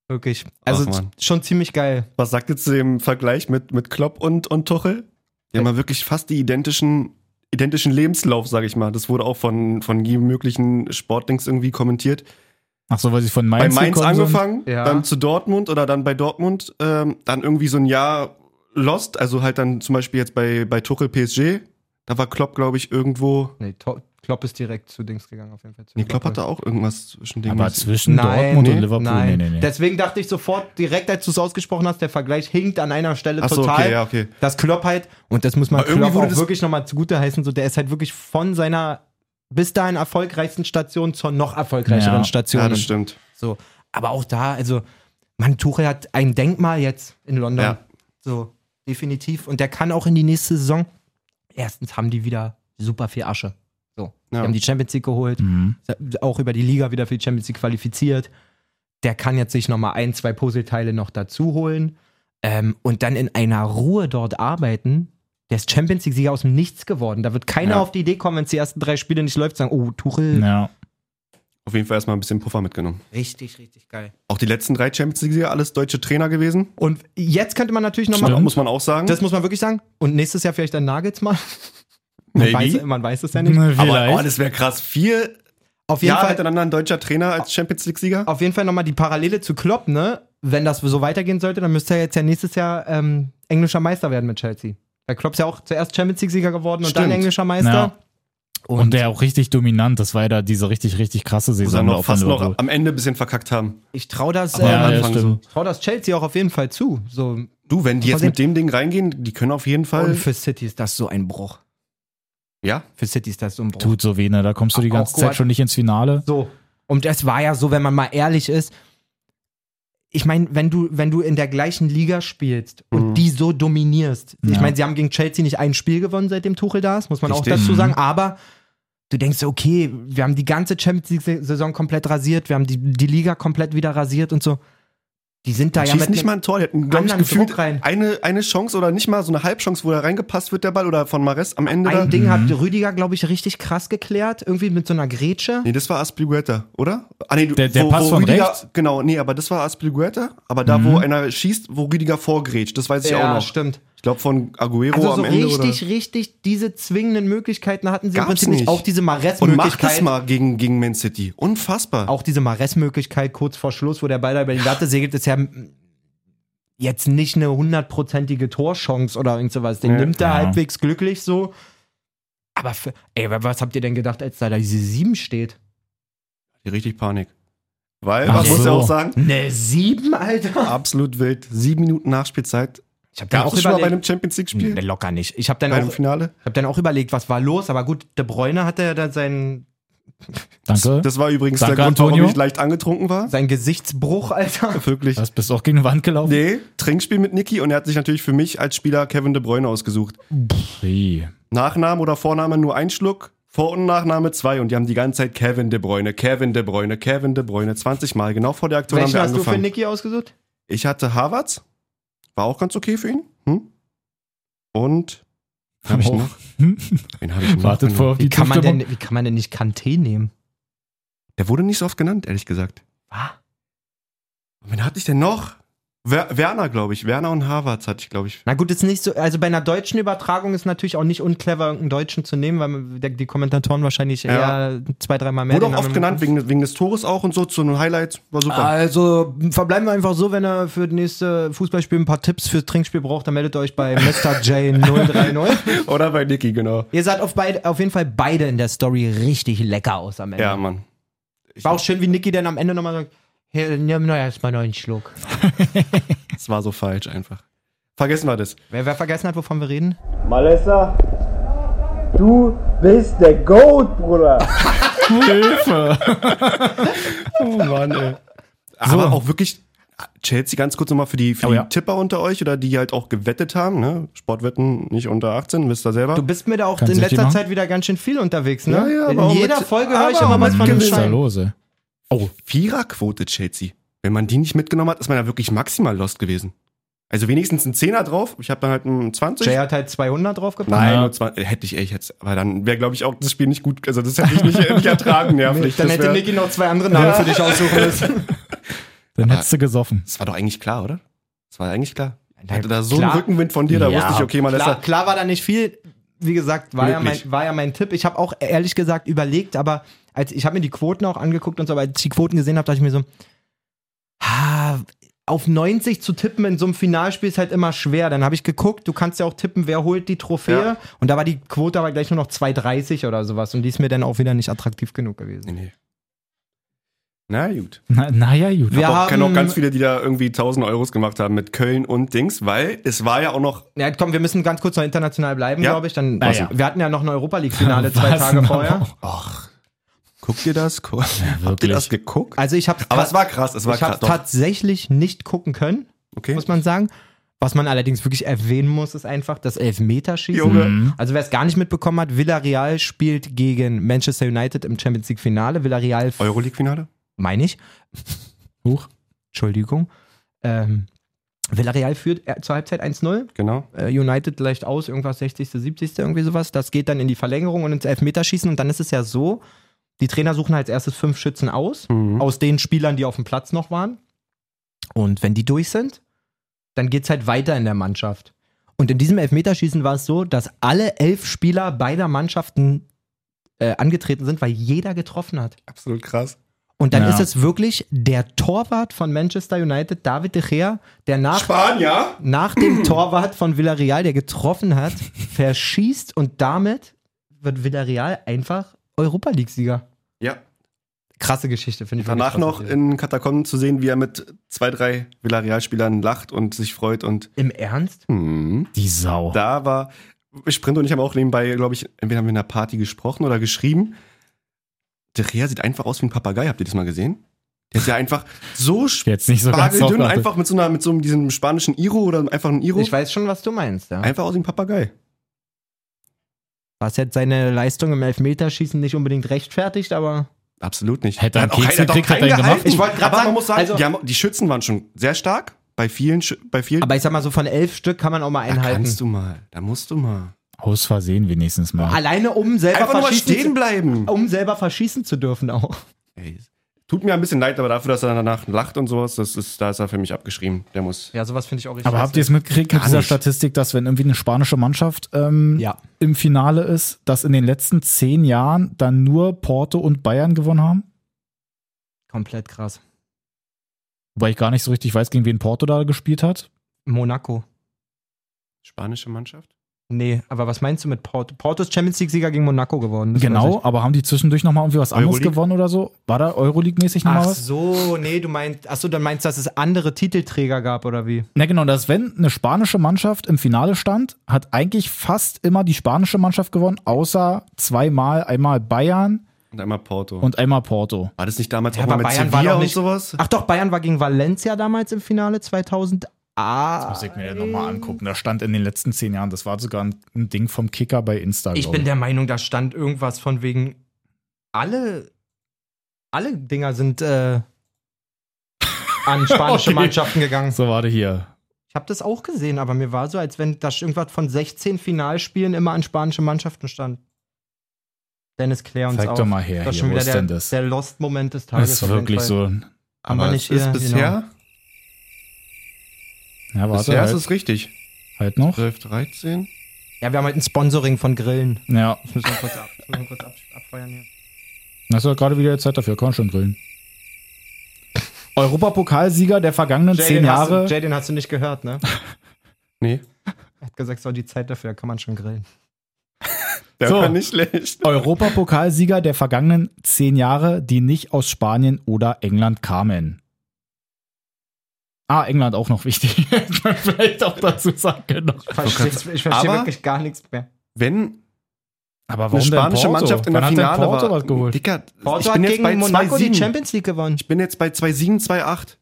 S1: Wirklich. Also
S3: Ach, Mann.
S1: schon ziemlich geil.
S3: Was sagt ihr zu dem Vergleich mit, mit Klopp und, und Tuchel? Die haben ja wirklich fast die identischen, identischen Lebenslauf, sag ich mal. Das wurde auch von, von jedem möglichen Sportdings irgendwie kommentiert.
S2: Ach so, weil sie von
S3: Bei
S2: Mainz,
S3: Mainz
S2: gekommen sind.
S3: angefangen,
S1: Ja.
S3: dann zu Dortmund oder dann bei Dortmund, ähm, dann irgendwie so ein Jahr lost, also halt dann zum Beispiel jetzt bei, bei Tuchel PSG. Da war Klopp, glaube ich, irgendwo.
S1: Nee, To- Klopp ist direkt zu Dings gegangen, auf jeden Fall. zu
S3: Nee, Klopp
S1: Liverpool.
S3: hatte auch irgendwas zwischen den
S2: Aber zwischen
S1: Nein,
S2: Dortmund
S3: nee,
S2: und Liverpool,
S1: Nein.
S2: nee, nee, nee.
S1: Deswegen dachte ich sofort, direkt als du es ausgesprochen hast, der Vergleich hinkt an einer Stelle
S3: Ach so,
S1: total.
S3: okay, ja, okay.
S1: Das Klopp halt, und das muss man
S3: Aber irgendwie
S1: Klopp
S3: wurde
S1: auch
S3: das-
S1: wirklich nochmal zugute heißen, so, der ist halt wirklich von seiner bis dahin erfolgreichsten Station zur noch erfolgreicheren
S2: Ja.
S1: Station.
S3: Ja, das stimmt.
S1: So. Aber auch da, also, Mann, Tuchel hat ein Denkmal jetzt in London.
S3: Ja.
S1: So, definitiv. Und der kann auch in die nächste Saison. Erstens haben die wieder super viel Asche. So.
S3: Ja.
S1: Die haben die Champions League geholt,
S2: Mhm.
S1: auch über die Liga wieder für die Champions League qualifiziert. Der kann jetzt sich nochmal ein, zwei Puzzleteile noch dazu holen ähm, und dann in einer Ruhe dort arbeiten. Der ist Champions League-Sieger aus dem Nichts geworden. Da wird keiner
S3: Ja.
S1: auf die Idee kommen, wenn es die ersten drei Spiele nicht läuft, sagen, oh, Tuchel.
S2: Ja.
S3: Auf jeden Fall erstmal ein bisschen Puffer mitgenommen.
S1: Richtig, richtig geil.
S3: Auch die letzten drei Champions League-Sieger, alles deutsche Trainer gewesen.
S1: Und jetzt könnte man natürlich nochmal
S3: Stimmt. Muss man auch sagen.
S1: Das muss man wirklich sagen. Und nächstes Jahr vielleicht dann Nagelsmann. Man,
S3: Maybe.
S1: weiß, man weiß es ja nicht.
S2: Nee,
S3: Aber oh,
S2: vielleicht.
S3: das wäre krass. Vier
S1: Auf jeden
S3: Jahre
S1: Fall.
S3: hintereinander ein deutscher Trainer als Champions League-Sieger.
S1: auf jeden Fall nochmal die Parallele zu Klopp, ne? Wenn das so weitergehen sollte, dann müsste er jetzt ja nächstes Jahr ähm, englischer Meister werden mit Chelsea. Weil Klopp ist ja auch zuerst Champions League-Sieger geworden und dann
S3: Stimmt.
S1: englischer Meister.
S2: Ja. Und der auch richtig dominant, das war ja da diese richtig, richtig krasse
S3: Muss er
S2: Saison da
S3: noch
S2: auf
S3: fast noch
S2: Liverpool.
S3: am Ende ein bisschen verkackt haben.
S1: Ich traue das,
S3: Aber am
S2: Ja,
S1: äh,
S2: ja,
S3: Anfang
S2: stimmt.
S1: ich trau das Chelsea auch auf jeden Fall zu. So.
S3: Du, wenn die
S1: Mal
S3: jetzt
S1: sehen.
S3: mit dem Ding reingehen, die können auf jeden
S1: Und
S3: Fall.
S1: für Ah City ist das so ein Bruch.
S3: Ja,
S1: Für City ist das so ein Bruch.
S2: Tut so weh, ne? Da kommst du die
S1: Auch
S2: ganze
S1: gut.
S2: Zeit schon nicht ins Finale.
S1: So. Und es war ja so, wenn man mal ehrlich ist, ich meine, wenn du, wenn du in der gleichen Liga spielst
S3: Mhm.
S1: und die so dominierst, ich
S2: Ja.
S1: meine, sie haben gegen Chelsea nicht ein Spiel gewonnen, seitdem Tuchel da ist, muss man
S3: Richtig.
S1: auch dazu
S2: Mhm.
S1: sagen, aber du denkst, so, okay, wir haben die ganze Champions League-Saison komplett rasiert, wir haben die, die Liga komplett wieder rasiert und so. Die sind da ja
S3: schießt
S1: mit
S3: nicht
S1: einem-
S3: mal ein Tor. Die hatten, glaub ich,
S1: anderen
S3: gefühlt
S1: Druck rein.
S3: Eine, eine Chance oder nicht mal so eine Halbchance, wo da reingepasst wird, der Ball oder Mhm. von Mares am Ende. Da.
S1: ein Ding hat Rüdiger, glaube ich, richtig krass geklärt, irgendwie mit so einer Grätsche.
S3: Nee, das war Aspilgueta, oder? Ah, nee, du-
S2: Der- der Pass von
S3: Rüdiger,
S2: rechts? Mhm.
S3: Genau, nee, aber das war Aspilgueta. Aber da, wo einer schießt, wo Rüdiger vorgrätscht, das weiß ich auch noch.
S1: stimmt.
S3: Ich glaube, von Aguero
S1: Also so
S3: am Ende.
S1: richtig,
S3: oder?
S1: richtig diese zwingenden Möglichkeiten hatten sie
S3: Gab's
S1: im Prinzip nicht.
S3: nicht.
S1: Auch diese
S3: Und mach das
S1: Mares-Möglichkeit.
S3: mal gegen, gegen Man City. Unfassbar.
S1: Auch diese Mares-Möglichkeit kurz vor Schluss, wo der Ball da über die Latte segelt, ist ja m- jetzt nicht eine hundertprozentige Torchance oder irgend sowas. Den
S3: Nee.
S1: nimmt er
S2: Ja.
S1: halbwegs glücklich so. Aber für, ey, wa- was habt ihr denn gedacht, als da diese 7 steht?
S3: Richtig Panik. Weil,
S2: Ach
S3: was muss
S2: so.
S3: ja auch sagen,
S1: Eine 7, Alter?
S3: absolut wild. Sieben Minuten Nachspielzeit.
S1: Ich hab dann
S3: Gab
S1: auch
S3: es schon mal bei
S1: überlegt.
S3: einem Champions League-Spiel?
S1: Nee, locker nicht. Ich habe dann,
S3: Bei einem
S1: auch-
S3: Finale?
S1: ich hab dann auch überlegt, was war los. Aber gut, De Bruyne hatte ja dann seinen,
S2: Danke.
S3: Das war übrigens
S2: Danke,
S3: der Grund, warum
S2: Antonio.
S3: ich leicht angetrunken war.
S1: seinen Gesichtsbruch, Alter.
S3: Wirklich.
S2: Was, bist du auch gegen die Wand gelaufen?
S3: Nee, Trinkspiel mit Niki und er hat sich natürlich für mich als Spieler Kevin De Bruyne ausgesucht.
S2: Nee.
S3: Nachname oder Vorname nur ein Schluck, Vor- und Nachname zwei und die haben die ganze Zeit Kevin De Bruyne, Kevin De Bruyne, Kevin De Bruyne, 20 Mal, genau vor der Aktion
S1: Welchen
S3: haben
S1: hast
S3: wir
S1: du für
S3: angefangen.
S1: Niki ausgesucht?
S3: ich hatte Harvards, war auch ganz okay für ihn. Hm? Und wen hab ich
S2: Oh.
S3: noch? Wen hab ich noch
S2: Wartet
S3: genannt?
S2: vor auf
S1: Wie
S2: die
S1: kann, man
S2: Zustimmung.
S1: denn, wie kann man denn nicht Kanté nehmen?
S3: Der wurde nicht so oft genannt, ehrlich gesagt. Und wen hatte ich denn noch? Wer Werner, glaube ich. Werner und Harvards hatte ich, glaube ich.
S1: Na gut, ist nicht so. Also bei einer deutschen Übertragung ist natürlich auch nicht unclever, irgendeinen Deutschen zu nehmen, weil man- der, die Kommentatoren wahrscheinlich
S3: Ja.
S1: eher zwei, dreimal mehr.
S3: Wurde
S1: den
S3: auch oft
S1: Namen-
S3: genannt, wegen, wegen des Tores auch und so, zu einem Highlight. War super.
S1: Also m, verbleiben wir einfach so, wenn ihr für das nächste Fußballspiel ein paar Tipps fürs Trinkspiel braucht, dann meldet euch bei Mr. J030.
S3: Oder bei Niki, genau.
S1: Ihr seid auf, beide, auf jeden Fall beide in der Story richtig lecker aus am Ende.
S3: Ja, Mann.
S1: War auch schön, wie Niki dann am Ende nochmal sagt, hier, nimm doch erstmal noch einen Schluck.
S3: Es war so falsch einfach. Vergessen wir das.
S1: Wer, wer vergessen hat, wovon wir reden?
S5: Malessa, du bist der Goat, Bruder.
S2: Hilfe!
S3: Oh Mann, ey. Aber auch wirklich, Chelsea, ganz kurz nochmal für die, für
S2: Oh,
S3: die
S2: ja.
S3: Tipper unter euch oder die halt auch gewettet haben, ne? Sportwetten nicht unter 18, wisst ihr selber.
S1: Du bist mir da auch
S2: Kannst
S1: in
S2: du
S1: letzter
S2: richtig machen?
S1: Zeit wieder ganz schön viel unterwegs, ne?
S3: Ja, ja, aber
S1: In
S3: auch mit-
S1: jeder Folge höre ich
S3: aber
S1: immer
S3: auch
S1: was
S3: mit
S1: von dem
S2: Was ist da
S1: Schein.
S2: los, ey?
S3: oh, Viererquote Chelsea. Wenn man die nicht mitgenommen hat, ist man ja wirklich maximal lost gewesen. Also wenigstens ein Zehner drauf. Ich habe dann halt einen 20.
S1: Jay hat halt 200 draufgepackt.
S3: Nein,
S2: Ja.
S3: nur 20. Hätte ich echt jetzt. Aber dann wäre, glaube ich, auch das Spiel nicht gut. Also das hätte ich nicht, nicht ertragen, nervlich.
S1: Dann
S3: Das
S1: hätte
S3: wär-
S1: Niki noch zwei andere Namen für dich aussuchen müssen.
S2: Dann hättest du gesoffen.
S3: Das war doch eigentlich klar, oder? Das war eigentlich klar. Ich
S1: Nein,
S3: hatte da so
S1: klar.
S3: einen Rückenwind von dir, da
S1: Ja,
S3: wusste ich, okay, mal
S1: Klar,
S3: lässt
S1: klar war da nicht viel. Wie gesagt, war, ja mein,
S3: Glücklich.
S1: war ja mein Tipp. Ich habe auch ehrlich gesagt überlegt, aber als ich habe mir die Quoten auch angeguckt und so, aber als ich die Quoten gesehen habe, dachte ich mir so, ah, auf 90 zu tippen in so einem Finalspiel ist halt immer schwer. Dann habe ich geguckt, du kannst ja auch tippen, wer holt die Trophäe.
S3: Ja.
S1: Und da war die Quote aber gleich nur noch 2,30 oder sowas. Und die ist mir dann auch wieder nicht attraktiv genug gewesen.
S3: Nee, nee. Na gut.
S2: Na, naja, gut.
S1: Wir
S3: Auch, kennen auch
S1: haben-
S3: ganz viele, die da irgendwie 1000 Euros gemacht haben mit Köln und Dings, weil es war ja auch noch.
S1: Ja, komm, wir müssen ganz kurz noch international bleiben,
S3: Ja.
S1: glaube ich. Dann,
S2: Na ja.
S1: Wir hatten ja noch ein Europa League-Finale zwei
S2: Was
S1: Tage
S2: denn
S1: vorher.
S2: auch?
S3: Ach, guckt ihr das? Gu- Habt ihr
S2: wirklich.
S3: das geguckt?
S1: Also ich habe
S3: Aber es war krass, es war
S1: ich habe
S3: krass. Doch.
S1: tatsächlich nicht gucken können,
S3: Okay.
S1: muss man sagen. Was man allerdings wirklich erwähnen muss, ist einfach das Elfmeterschießen.
S3: Junge.
S2: Mhm.
S3: Mhm.
S1: Also wer es gar nicht mitbekommen hat, Villarreal spielt gegen Manchester United im Champions League Finale. Villarreal, f-
S3: Euroleague-Finale?
S1: meine ich,
S2: Huch.
S1: Entschuldigung. Ähm, Villarreal führt äh, zur Halbzeit 1-0.
S3: Genau.
S1: äh, United leicht aus, irgendwas 60., 70. irgendwie sowas. Das geht dann in die Verlängerung und ins Elfmeterschießen. Und dann ist es ja so, die Trainer suchen als erstes fünf Schützen aus,
S3: Mhm.
S1: aus den Spielern, die auf dem Platz noch waren. Und wenn die durch sind, dann geht es halt weiter in der Mannschaft. Und in diesem Elfmeterschießen war es so, dass alle elf Spieler beider Mannschaften äh, angetreten sind, weil jeder getroffen hat.
S3: Absolut krass.
S1: Und dann
S2: Ja.
S1: ist es wirklich der Torwart von Manchester United, David De Gea, der nach,
S3: Spanier?
S1: nach dem Torwart von Villarreal, der getroffen hat, verschießt und damit wird Villarreal einfach Europa League-Sieger.
S3: Ja.
S1: Krasse Geschichte, finde ich.
S3: Danach
S1: wirklich
S3: noch
S1: krass.
S3: in Katakomben zu sehen, wie er mit zwei, drei Villarreal-Spielern lacht und sich freut und
S1: Im Ernst?
S3: hm,
S2: Die Sau.
S3: da war. Sprint und ich haben auch nebenbei, glaube ich, entweder haben wir in einer Party gesprochen oder geschrieben. Der Rea sieht einfach aus wie ein Papagei, habt ihr das mal gesehen? Der ist ja einfach so
S2: Jetzt nicht so ganz
S3: spageldünn,
S2: drauf
S3: einfach mit so einer, mit so einem, diesem spanischen Iro oder einfach einem Iro.
S1: Ich weiß schon, was du meinst. Ja.
S3: Einfach aus wie ein Papagei.
S1: Was jetzt seine Leistung im Elfmeterschießen nicht unbedingt rechtfertigt, aber.
S3: Absolut nicht.
S2: Hätte er einen
S3: Hat auch
S2: Keks
S3: keiner-
S2: gekriegt,
S3: doch
S2: hat er ihn
S3: keinen
S2: gemacht.
S3: gehalten.
S1: Ich wollte gerade
S3: Aber
S1: sagen,
S3: man muss sagen,
S1: also-
S3: die, haben, die Schützen waren schon sehr stark. Bei vielen, Schü- bei vielen.
S1: Aber ich sag mal, so von elf Stück kann man auch mal
S3: da
S1: einhalten.
S3: kannst du mal. Da musst du mal.
S2: Aus Versehen wenigstens mal.
S1: Alleine um selber
S3: Einfach nur mal
S1: verschießen
S3: stehen bleiben.
S1: zu, um selber verschießen zu dürfen auch.
S3: Ey, tut mir ein bisschen leid, aber dafür, dass er danach lacht und sowas, das ist, da ist er für mich abgeschrieben. Der muss.
S1: Ja, sowas finde ich auch richtig.
S2: Aber habt ihr es mitgekriegt mit dieser
S3: nicht.
S2: Statistik, dass wenn irgendwie eine spanische Mannschaft ähm,
S1: Ja.
S2: im Finale ist, dass in den letzten zehn Jahren dann nur Porto und Bayern gewonnen haben?
S1: komplett krass.
S2: Wobei ich gar nicht so richtig weiß, gegen wen Porto da gespielt hat.
S1: Monaco.
S3: Spanische Mannschaft?
S1: Nee, aber was meinst du mit Porto? Porto ist Champions League-Sieger gegen Monaco geworden. das weiß
S2: genau,
S1: ich.
S2: aber haben die zwischendurch nochmal irgendwie was anderes
S3: Euroleague?
S2: gewonnen oder so? War da Euroleague-mäßig nochmal
S1: Ach
S2: was?
S1: so, nee, du meinst, ach so, dann meinst du, dass es andere Titelträger gab oder wie?
S2: Na genau, dass wenn eine spanische Mannschaft im Finale stand, hat eigentlich fast immer die spanische Mannschaft gewonnen, außer zweimal, einmal Bayern
S3: Und einmal Porto.
S2: und einmal Porto.
S3: war das nicht damals
S1: Ja,
S3: auch mal
S1: aber
S3: mit
S1: Bayern war
S3: Sevilla
S1: doch
S3: und
S1: nicht-
S3: sowas?
S1: Ach doch, Bayern war gegen Valencia damals im Finale 2000. Ah,
S2: ich mir den nochmal angucken. Da stand in den letzten zehn Jahren, das war sogar ein, ein Ding vom Kicker bei Insta.
S1: ich
S2: glaub
S1: bin der Meinung, da stand irgendwas von wegen alle alle Dinger sind äh, an spanische
S2: Okay.
S1: Mannschaften gegangen.
S2: So, warte hier.
S1: Ich habe das auch gesehen, aber mir war so, als wenn da irgendwas von 16 Finalspielen immer an spanische Mannschaften stand. Dennis, klär uns
S2: Zeig
S1: auf.
S2: doch mal her
S1: Das ist
S2: hier,
S1: schon
S2: wo
S1: wieder
S2: ist
S1: der,
S2: denn das?
S1: der Lost-Moment des Tages.
S2: Das ist
S1: auf jeden
S2: wirklich
S1: Fall.
S2: so.
S1: Aber nicht äh,
S3: es ist
S1: hier, genau.
S3: bisher,
S2: Ja, warte,
S3: bisher ist
S2: halt,
S3: es richtig.
S2: halt noch.
S3: 12, 13.
S1: Ja, wir haben halt ein Sponsoring von Grillen.
S2: Ja,
S1: Das müssen wir kurz, ab, müssen wir kurz ab, abfeuern hier.
S2: das ist doch gerade wieder Zeit dafür, kann man schon grillen. Europapokalsieger der vergangenen zehn
S1: Jaden hast,
S2: Jahre.
S1: du- Jaden hast du nicht gehört, ne?
S3: Nee.
S1: Er hat gesagt, so die Zeit dafür, da kann man schon grillen.
S3: Der
S2: So.
S3: war nicht schlecht.
S2: Europapokalsieger der vergangenen zehn Jahre, die nicht aus Spanien oder England kamen. Ah, England auch noch wichtig. Vielleicht auch dazu sagen können noch.
S1: Ich verstehe ich verstehe
S3: Aber-
S1: wirklich gar nichts mehr.
S3: Wenn
S2: Aber
S3: eine spanische
S2: Porto?
S3: Mannschaft in
S2: Wann
S3: der
S2: hat denn
S3: Finale
S2: Porto
S3: war.
S2: was geholt?
S3: Dicker,
S1: Porto
S3: ich bin
S1: hat
S3: jetzt bei
S1: gegen Monaco die
S3: 2-7.
S1: Champions League gewonnen.
S3: Ich bin jetzt bei 2007, 2008.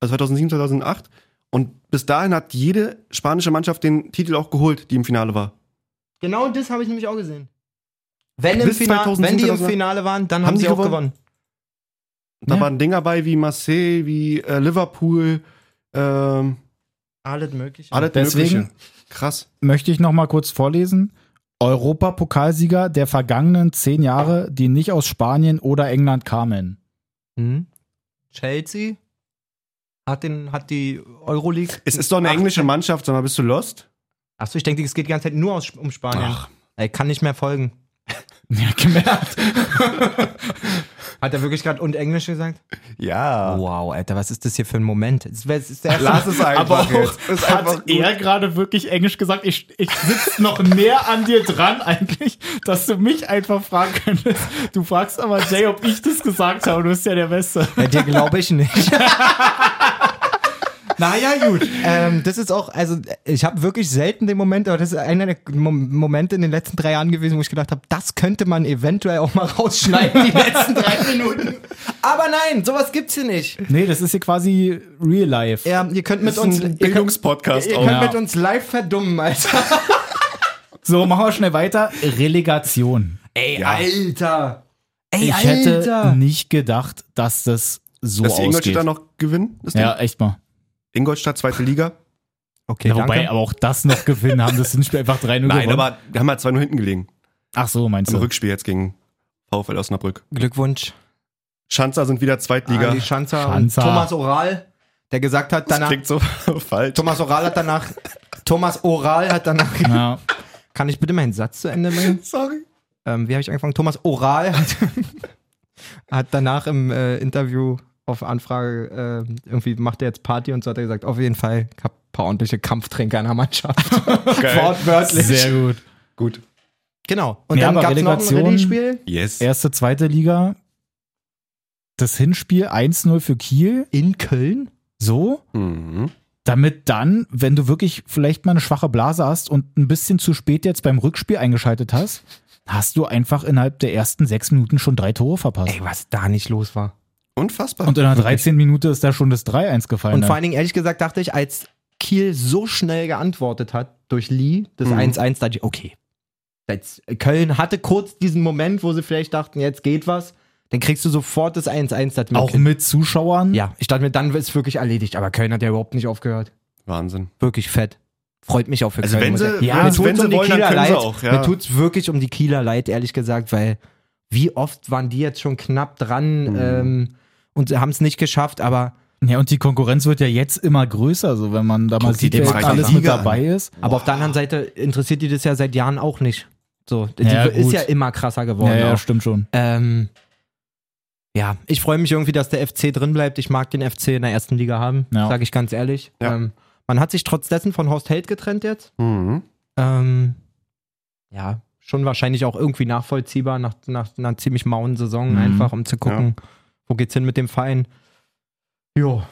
S3: Also 2007, 2008. Und bis dahin hat jede spanische Mannschaft den Titel auch geholt, die im Finale war.
S1: Genau das habe ich nämlich auch gesehen. Wenn, im
S3: Bis
S1: Finale,
S3: 2007,
S1: wenn die im
S3: 2008.
S1: Finale waren, dann haben,
S3: Haben
S1: sie
S3: die
S1: auch gewonnen.
S3: gewonnen? Da
S2: Ja.
S3: waren Dinger bei wie Marseille, wie äh, Liverpool, ähm,
S1: Alles mögliche.
S3: alles
S2: Deswegen-
S3: Mögliche. Krass.
S2: Möchte ich noch mal kurz vorlesen. Europapokalsieger der vergangenen zehn Jahre, die nicht aus Spanien oder England kamen.
S1: Hm? Chelsea hat, den, hat die Euroleague.
S3: Es ist doch eine englische Mannschaft, sag mal, bist du lost?
S1: Achso, ich denke, es geht die ganze Zeit nur aus, um Spanien. Ey, kann nicht mehr folgen.
S2: Ja, gemerkt.
S1: Hat er wirklich gerade und Englisch gesagt?
S3: Ja.
S1: Wow, Alter, was ist das hier für ein Moment? Es wär- es ist der erste-
S3: Lass es einfach
S2: Aber auch
S3: jetzt. Ist einfach
S2: Hat er gerade wirklich Englisch gesagt? Ich, ich sitze noch näher an dir dran eigentlich, dass du mich einfach fragen könntest. Du fragst aber Jay, ob ich das gesagt habe. Du bist ja der Beste.
S1: Bei dir glaube ich nicht. Naja, gut. Ähm, das ist auch, also ich habe wirklich selten den Moment, aber das ist einer der Mo- Momente in den letzten drei Jahren gewesen, wo ich gedacht habe, das könnte man eventuell auch mal rausschneiden, die letzten drei Minuten. Aber nein, sowas gibt's hier nicht.
S2: Nee, das ist hier quasi real life.
S1: Ja, ihr könnt mit
S3: Ist
S1: uns.
S3: ein
S1: Ihr könnt,
S3: Bildungspodcast
S1: ihr
S3: auch.
S1: könnt
S2: Ja.
S1: mit uns live verdummen, Alter.
S2: So, machen wir schnell weiter. Relegation.
S1: Ey, Alter. Ey,
S2: ich hätte nicht gedacht, dass das so
S3: Dass die
S2: ausgeht.
S3: Ingolstadt da noch gewinnen? Das
S2: ja,
S3: Ding?
S2: echt mal.
S3: Ingolstadt, zweite Liga?
S1: Okay,
S2: Ja, wobei, aber auch das noch gewinnen haben, das Hinspiel einfach 3-0
S3: Nein,
S2: gewonnen.
S3: aber wir haben ja 2-0 hinten gelegen.
S2: Ach so, meinst
S3: Im
S2: du?
S3: Rückspiel jetzt gegen VfL Osnabrück.
S1: Glückwunsch.
S3: Schanzer sind wieder Zweitliga.
S1: Ali Schanzer,
S2: Schanzer.
S1: und Thomas Oral, der gesagt hat,
S3: das
S1: danach
S3: klingt so falsch.
S1: Thomas Oral hat danach. Thomas Oral hat danach.
S2: Ja.
S1: Kann ich bitte meinen Satz zu Ende bringen?
S3: Sorry.
S1: ähm, wie habe ich angefangen? Thomas Oral hat, hat danach im äh, Interview auf Anfrage, äh, irgendwie macht er jetzt Party und so hat er gesagt, auf jeden Fall, ich hab ein paar ordentliche Kampftrinker in der Mannschaft. Wortwörtlich.
S2: Sehr gut.
S3: Gut.
S1: Genau. Und
S2: Ja,
S1: dann
S2: aber
S1: gab es noch ein
S2: Relegation-
S1: Rallye-Spiel.
S3: Yes.
S2: Erste, zweite Liga. Das Hinspiel 1-0 für Kiel.
S1: In Köln?
S2: So.
S3: Mhm.
S2: Damit dann, wenn du wirklich vielleicht mal eine schwache Blase hast und ein bisschen zu spät jetzt beim Rückspiel eingeschaltet hast, hast du einfach innerhalb der ersten sechs Minuten schon drei Tore verpasst.
S1: Ey, was da nicht los war.
S3: Unfassbar.
S2: und in der 13. Minute ist da schon das 3-1 gefallen.
S1: Und
S2: ne?
S1: vor allen Dingen, ehrlich gesagt, dachte ich, als Kiel so schnell geantwortet hat durch Lee, das
S3: Mhm.
S1: 1-1, dachte ich, okay. Jetzt, Köln hatte kurz diesen Moment, wo sie vielleicht dachten, jetzt geht was. Dann kriegst du sofort das 1-1. dachte ich mir,
S2: auch
S1: okay.
S2: mit Zuschauern.
S1: Ja, ich dachte mir, dann ist wirklich erledigt. Aber Köln hat ja überhaupt nicht aufgehört.
S3: Wahnsinn.
S1: Wirklich fett. Freut mich auch für
S3: Also
S1: Köln.
S3: wenn
S1: muss ich
S3: sie-
S1: sagen.
S3: wenn-
S1: ja, mir tut's
S3: wenn sie
S1: um die
S3: wollen, dann
S1: Kieler
S3: können sie
S1: leid.
S3: auch, ja.
S1: Mir tut's wirklich um die Kieler leid, ehrlich gesagt, weil wie oft waren die jetzt schon knapp dran ähm, und haben es nicht geschafft, aber
S2: Ja, und die Konkurrenz wird ja jetzt immer größer, so wenn man da mal
S1: Guck dir
S2: sieht,
S1: den
S2: wer
S1: Preis
S2: alles
S1: an.
S2: mit
S3: Liga
S2: dabei ist.
S1: Aber auf der anderen Seite interessiert die das ja seit Jahren auch nicht. So, die
S2: Ja,
S1: ist
S2: gut.
S1: ja immer krasser geworden.
S2: Ja, ja,
S1: auch.
S2: stimmt schon.
S1: Ähm, ja, ich freue mich irgendwie, dass der FC drin bleibt. Ich mag den FC in der ersten Liga haben,
S2: Ja.
S1: sage ich ganz ehrlich.
S3: Ja.
S1: Ähm, man hat sich trotz dessen von Horst Held getrennt jetzt.
S3: Mhm.
S1: Ähm, ja, schon wahrscheinlich auch irgendwie nachvollziehbar nach, nach einer ziemlich mauen Saison,
S2: Mhm.
S1: einfach um zu gucken, wo geht's hin mit dem Verein. Jo,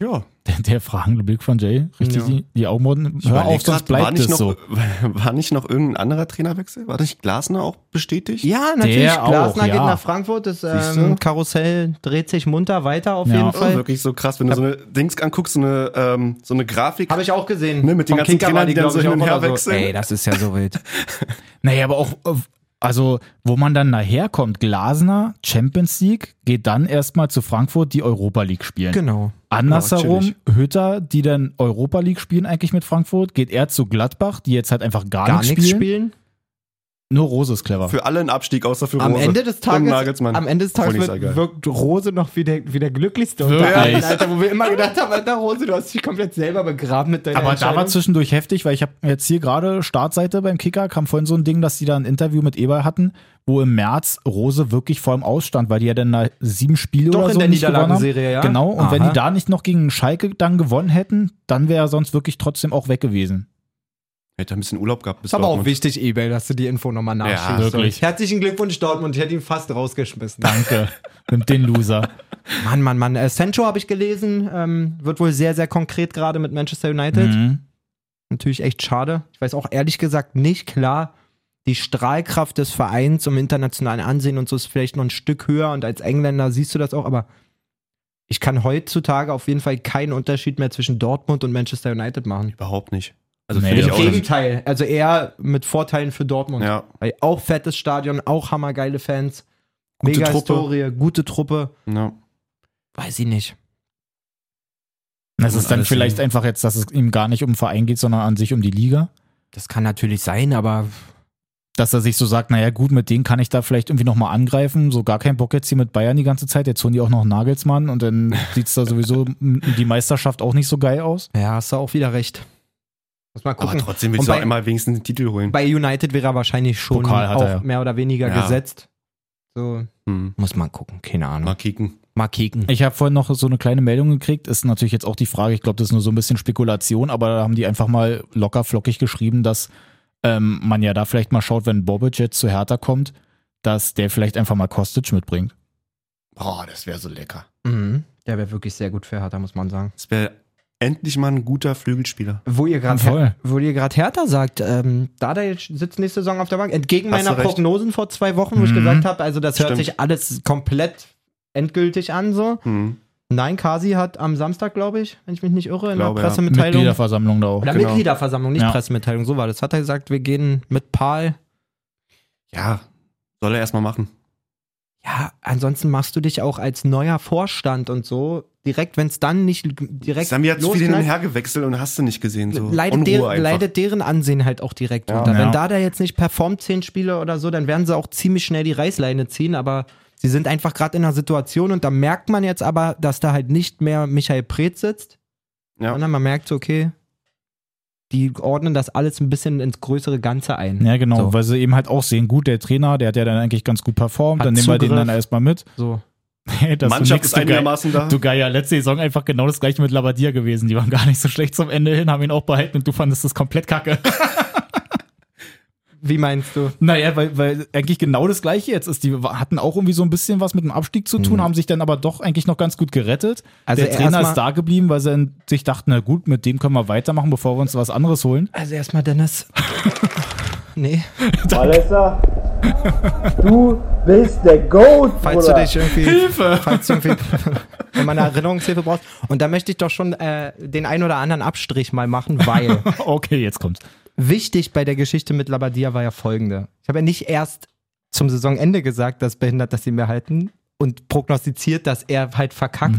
S3: Ja.
S2: Der, der fragende Blick von Jay, richtig
S1: Ja.
S2: die, die Augenbrauen. Hör
S3: überleg
S2: auf, sonst
S3: grad, war
S2: bleibt
S3: nicht
S2: es
S3: noch,
S2: so.
S3: War nicht noch irgendein anderer Trainerwechsel? War nicht Glasner auch bestätigt?
S1: Ja, natürlich.
S2: Der auch,
S1: Glasner
S2: ja.
S1: geht nach Frankfurt. Das
S3: Siehst
S1: ähm,
S3: du?
S1: Karussell dreht sich munter weiter auf
S2: Ja.
S1: jeden
S2: Oh,
S3: Oh,
S1: Fall.
S3: wirklich so krass, wenn du so eine Dings anguckst, so eine, ähm, so eine Grafik.
S1: Habe ich auch gesehen.
S3: Ne, mit den
S1: Vom
S3: ganzen
S1: Kicker
S3: Trainern,
S1: war
S3: die dann
S1: glaub
S3: so
S1: ich,
S3: hin und
S1: auch
S3: her
S1: oder
S3: wechseln.
S1: Ey, das ist ja so wild.
S2: Naja, aber auch, äh, also, wo man dann nachher kommt, Glasner, Champions League, geht dann erstmal zu Frankfurt, die Europa League spielen.
S1: genau.
S2: Andersherum,
S3: chillig.
S2: Hütter, die dann Europa League spielen eigentlich mit Frankfurt, geht er zu Gladbach, die jetzt halt einfach gar,
S1: Gar
S2: nichts
S1: nichts
S2: spielen.
S1: spielen.
S2: Nur Rose ist clever.
S3: Für alle ein Abstieg, außer für
S1: Am
S3: Rose.
S1: Ende des
S3: Und
S1: Tages,
S3: Nagelsmann.
S1: am Ende des Tages
S3: Obwohl, ich
S1: wird,
S3: sag, ja.
S1: wirkt Rose noch wie der, wie der glücklichste
S2: Wirklich?
S1: unter allen, Alter, wo wir immer gedacht haben, Alter Rose, du hast dich komplett selber begraben mit deiner
S2: Aber da
S1: Entscheidung.
S2: war zwischendurch heftig, weil ich habe jetzt hier gerade Startseite beim Kicker, kam vorhin so ein Ding, dass die da ein Interview mit Eber hatten, wo im März Rose wirklich vor dem Ausstand, weil die ja dann nach sieben Spiele
S1: Doch
S2: oder
S1: in
S2: so
S1: der
S2: nicht gewonnen haben.
S1: Niederlagenserie, ja.
S2: Genau, und wenn
S1: Aha.
S2: die da nicht noch gegen Schalke dann gewonnen hätten, dann wäre er sonst wirklich trotzdem auch weg gewesen.
S3: Hätte ein bisschen Urlaub gehabt. Bis
S1: ist aber auch
S3: Dortmund.
S1: wichtig, Ebay, dass du die Info nochmal nachschiebst.
S2: wirklich.
S1: Herzlichen Glückwunsch, Dortmund. Ich hätte ihn fast rausgeschmissen.
S2: Danke. Nimmt den Loser.
S1: Mann, Mann, Mann. Äh, Sancho habe ich gelesen. Ähm, wird wohl sehr, sehr konkret gerade mit Manchester United.
S2: Mhm.
S1: Natürlich echt schade. Ich weiß auch ehrlich gesagt nicht klar, die Strahlkraft des Vereins im internationalen Ansehen und so ist vielleicht noch ein Stück höher und als Engländer siehst du das auch, aber ich kann heutzutage auf jeden Fall keinen Unterschied mehr zwischen Dortmund und Manchester United machen.
S3: Überhaupt nicht. Also
S2: Nee,
S3: finde ich
S1: Im
S3: auch nicht.
S1: Gegenteil, also eher mit Vorteilen für Dortmund.
S3: Ja.
S1: Weil auch fettes Stadion, auch hammergeile Fans,
S3: Gute
S1: mega
S3: Truppe.
S1: Historie, gute Truppe.
S3: ja.
S1: Weiß ich nicht.
S2: Das
S3: Und
S2: ist dann
S3: alles
S2: vielleicht einfach jetzt, dass es ihm gar nicht um den Verein geht, sondern an sich um die Liga.
S1: Das kann natürlich sein, aber
S2: dass er sich so sagt, naja gut, mit denen kann ich da vielleicht irgendwie nochmal angreifen, so gar keinen Bock jetzt hier mit Bayern die ganze Zeit, jetzt holen die auch noch Nagelsmann und dann sieht's da sowieso m- die Meisterschaft auch nicht so geil aus.
S1: ja, hast du auch wieder recht. Muss mal
S3: Aber
S1: gucken.
S3: trotzdem willst
S1: Und
S3: du auch
S1: bei-
S3: einmal wenigstens den Titel holen.
S1: Bei United wäre er wahrscheinlich schon
S2: Pokal hat
S1: auch
S2: er, ja.
S1: mehr oder weniger
S3: Ja.
S1: gesetzt. So.
S3: Hm.
S1: Muss man gucken, keine Ahnung.
S3: Mal
S1: Mal,
S3: kicken.
S1: kicken.
S2: Ich habe vorhin noch so eine kleine Meldung gekriegt, ist natürlich jetzt auch die Frage, ich glaube, das ist nur so ein bisschen Spekulation, aber da haben die einfach mal locker flockig geschrieben, dass ähm, man ja da vielleicht mal schaut, wenn Bobic jetzt zu Hertha kommt, dass der vielleicht einfach mal Kostic mitbringt.
S3: Boah, das wäre so lecker.
S1: Mhm. Der wäre wirklich sehr gut für Hertha, muss man sagen.
S3: Das wäre endlich mal ein guter Flügelspieler.
S1: Wo ihr gerade
S2: Voll.
S1: Her wo ihr grad Hertha sagt, ähm, Dada jetzt sitzt nächste Saison auf der Bank. Entgegen
S3: Hast
S1: meiner
S3: du recht.
S1: Prognosen vor zwei Wochen, wo ich
S2: Mhm.
S1: gesagt habe, also das hört
S3: Stimmt.
S1: sich alles komplett endgültig an so.
S3: Hm.
S1: Nein, Kasi hat am Samstag, glaube ich, wenn ich mich nicht irre, in
S3: Glaube,
S1: der
S3: ja.
S1: Pressemitteilung.
S2: Mitgliederversammlung da auch.
S1: oder
S3: Genau.
S1: Mitgliederversammlung, nicht
S2: Ja.
S1: Pressemitteilung, so war das. Hat er gesagt, wir gehen mit Paul
S3: Ja, soll er erstmal machen.
S1: Ja, ansonsten machst du dich auch als neuer Vorstand und so direkt, wenn es dann nicht g- direkt
S3: Das haben wir jetzt viel hin und
S1: losknallt,
S3: her gewechselt und hast du nicht gesehen. So
S1: leidet,
S3: Unruhe
S1: der,
S3: einfach.
S1: leidet deren Ansehen halt auch direkt
S3: Ja.
S1: runter.
S2: Ja.
S1: Wenn da da jetzt nicht performt zehn Spiele oder so, dann werden sie auch ziemlich schnell die Reißleine ziehen, aber sie sind einfach gerade in einer Situation und da merkt man jetzt aber, dass da halt nicht mehr Michael Preetz sitzt,
S3: Ja.
S1: sondern man merkt so, okay, die ordnen das alles ein bisschen ins größere Ganze ein.
S2: Ja, genau,
S1: So.
S2: weil sie eben halt auch sehen, gut, der Trainer, der hat ja dann eigentlich ganz gut performt,
S1: Hat
S2: dann nehmen wir den
S1: Zugriff.
S2: dann erstmal mit.
S1: So.
S2: Hey, das
S3: Mannschaft
S2: nix,
S3: ist
S2: du geil.
S3: einigermaßen da.
S2: Du geiler, letzte Saison einfach genau das gleiche mit Labadia gewesen. Die waren gar nicht so schlecht zum Ende hin, haben ihn auch behalten und du fandest das komplett kacke.
S1: Wie meinst du?
S2: Naja, weil, weil eigentlich genau das gleiche jetzt ist. Die hatten auch irgendwie so ein bisschen was mit dem Abstieg zu tun, haben sich dann aber doch eigentlich noch ganz gut
S1: Also
S2: gerettet. Hm. Also der Trainer
S1: erstmal-
S2: ist da geblieben, weil sie dann sich dachten, na gut, mit dem können wir weitermachen, bevor wir uns was anderes holen.
S1: Also erstmal Dennis. nee.
S5: Malessa, du bist der Goat,
S1: Falls
S5: Bruder.
S1: du dich irgendwie. Hilfe! Falls du irgendwie wenn man eine Erinnerungshilfe brauchst. Und da möchte ich doch schon äh, den ein oder anderen Abstrich mal machen, weil
S2: Okay, jetzt kommt's.
S1: wichtig bei der Geschichte mit Labadia war ja folgende. Ich habe ja nicht erst zum Saisonende gesagt, dass behindert, dass sie mehr halten und prognostiziert, dass er halt verkackt,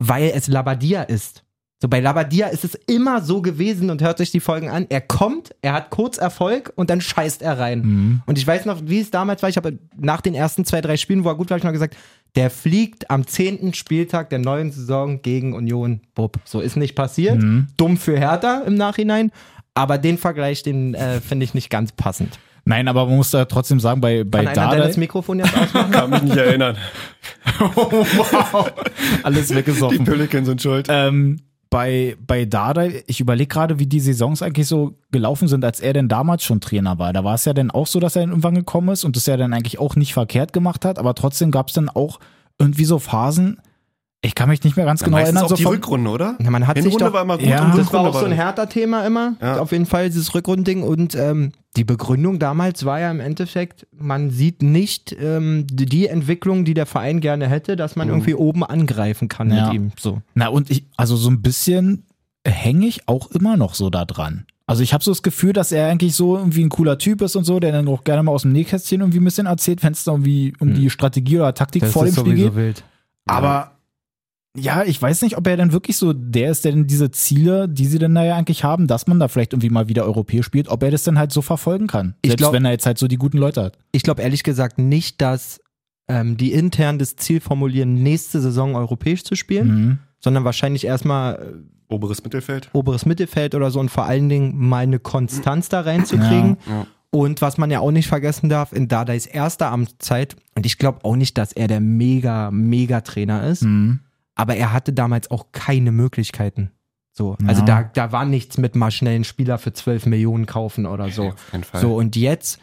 S1: weil es Labadia ist. So bei Labadia ist es immer so gewesen und hört sich die Folgen an. Er kommt, er hat kurz Erfolg und dann scheißt er rein.
S2: Mhm.
S1: Und ich weiß noch, wie es damals war. Ich habe nach den ersten zwei, drei Spielen, wo er gut war, hab ich noch gesagt, der fliegt am 10. Spieltag der neuen Saison gegen Union. Bub. So ist nicht passiert.
S2: Mhm.
S1: Dumm für Hertha im Nachhinein. Aber den Vergleich, den äh, finde ich nicht ganz passend.
S2: Nein, aber man muss da trotzdem sagen, bei, bei
S1: Kann einer
S2: Dardai,
S1: das Mikrofon jetzt ausmachen?
S3: Kann mich nicht erinnern.
S2: alles
S3: Oh Die
S2: weggesoffen.
S3: Pelicans sind
S1: Äh,
S3: schuld.
S2: ähm, bei, bei Dardai, ich überlege gerade, wie die Saisons eigentlich so gelaufen sind, als er denn damals schon Trainer war. Da war es ja dann auch so, dass er dann irgendwann gekommen ist und das ja dann eigentlich auch nicht verkehrt gemacht hat, aber trotzdem gab es dann auch irgendwie so Phasen, ich kann mich nicht mehr ganz genau
S3: Meistens
S2: erinnern.
S3: auch
S2: So
S3: die
S2: von-
S3: Rückrunde, oder?
S1: Na, man hat sich
S3: Hinrunde
S1: doch-
S3: war immer gut
S2: Ja.
S3: und
S1: Das war
S3: Rückrunde
S1: auch so ein
S3: das-
S1: Hertha-Thema immer.
S3: Ja.
S1: Auf jeden Fall dieses Rückrundding. Und ähm, die Begründung damals war ja im Endeffekt, man sieht nicht ähm, die- die Entwicklung, die der Verein gerne hätte, dass man irgendwie oben angreifen kann
S2: Ja.
S1: mit ihm. So.
S2: Na und ich, also so ein bisschen hänge ich auch immer noch so da dran. Also ich habe so das Gefühl, dass er eigentlich so irgendwie ein cooler Typ ist und so, der dann auch gerne mal aus dem Nähkästchen irgendwie ein bisschen erzählt, wenn es da irgendwie um
S3: Hm.
S2: die Strategie oder Taktik vor dem Spiel geht.
S1: wild.
S2: Aber ja, ich weiß nicht, ob er dann wirklich so der ist, der denn diese Ziele, die sie denn da ja eigentlich haben, dass man da vielleicht irgendwie mal wieder europäisch spielt, ob er das dann halt so verfolgen kann.
S1: Ich
S2: Selbst
S1: glaub-
S2: wenn er jetzt halt so die guten Leute hat.
S1: Ich glaube ehrlich gesagt nicht, dass ähm, die intern das Ziel formulieren, nächste Saison europäisch zu spielen,
S2: Mhm.
S1: sondern wahrscheinlich erstmal äh,
S3: Oberes Mittelfeld.
S1: oberes Mittelfeld oder so und vor allen Dingen mal eine Konstanz da reinzukriegen. Und was man ja auch nicht vergessen darf, in Dardais erster Amtszeit, und ich glaube auch nicht, dass er der mega, mega Trainer
S2: Hm.
S1: ist,
S2: Mhm.
S1: aber er hatte damals auch keine Möglichkeiten. So, also
S2: Ja.
S1: da, da war nichts mit mal schnell einen Spieler für 12 Millionen kaufen oder so.
S3: Auf keinen Fall.
S1: So, und jetzt,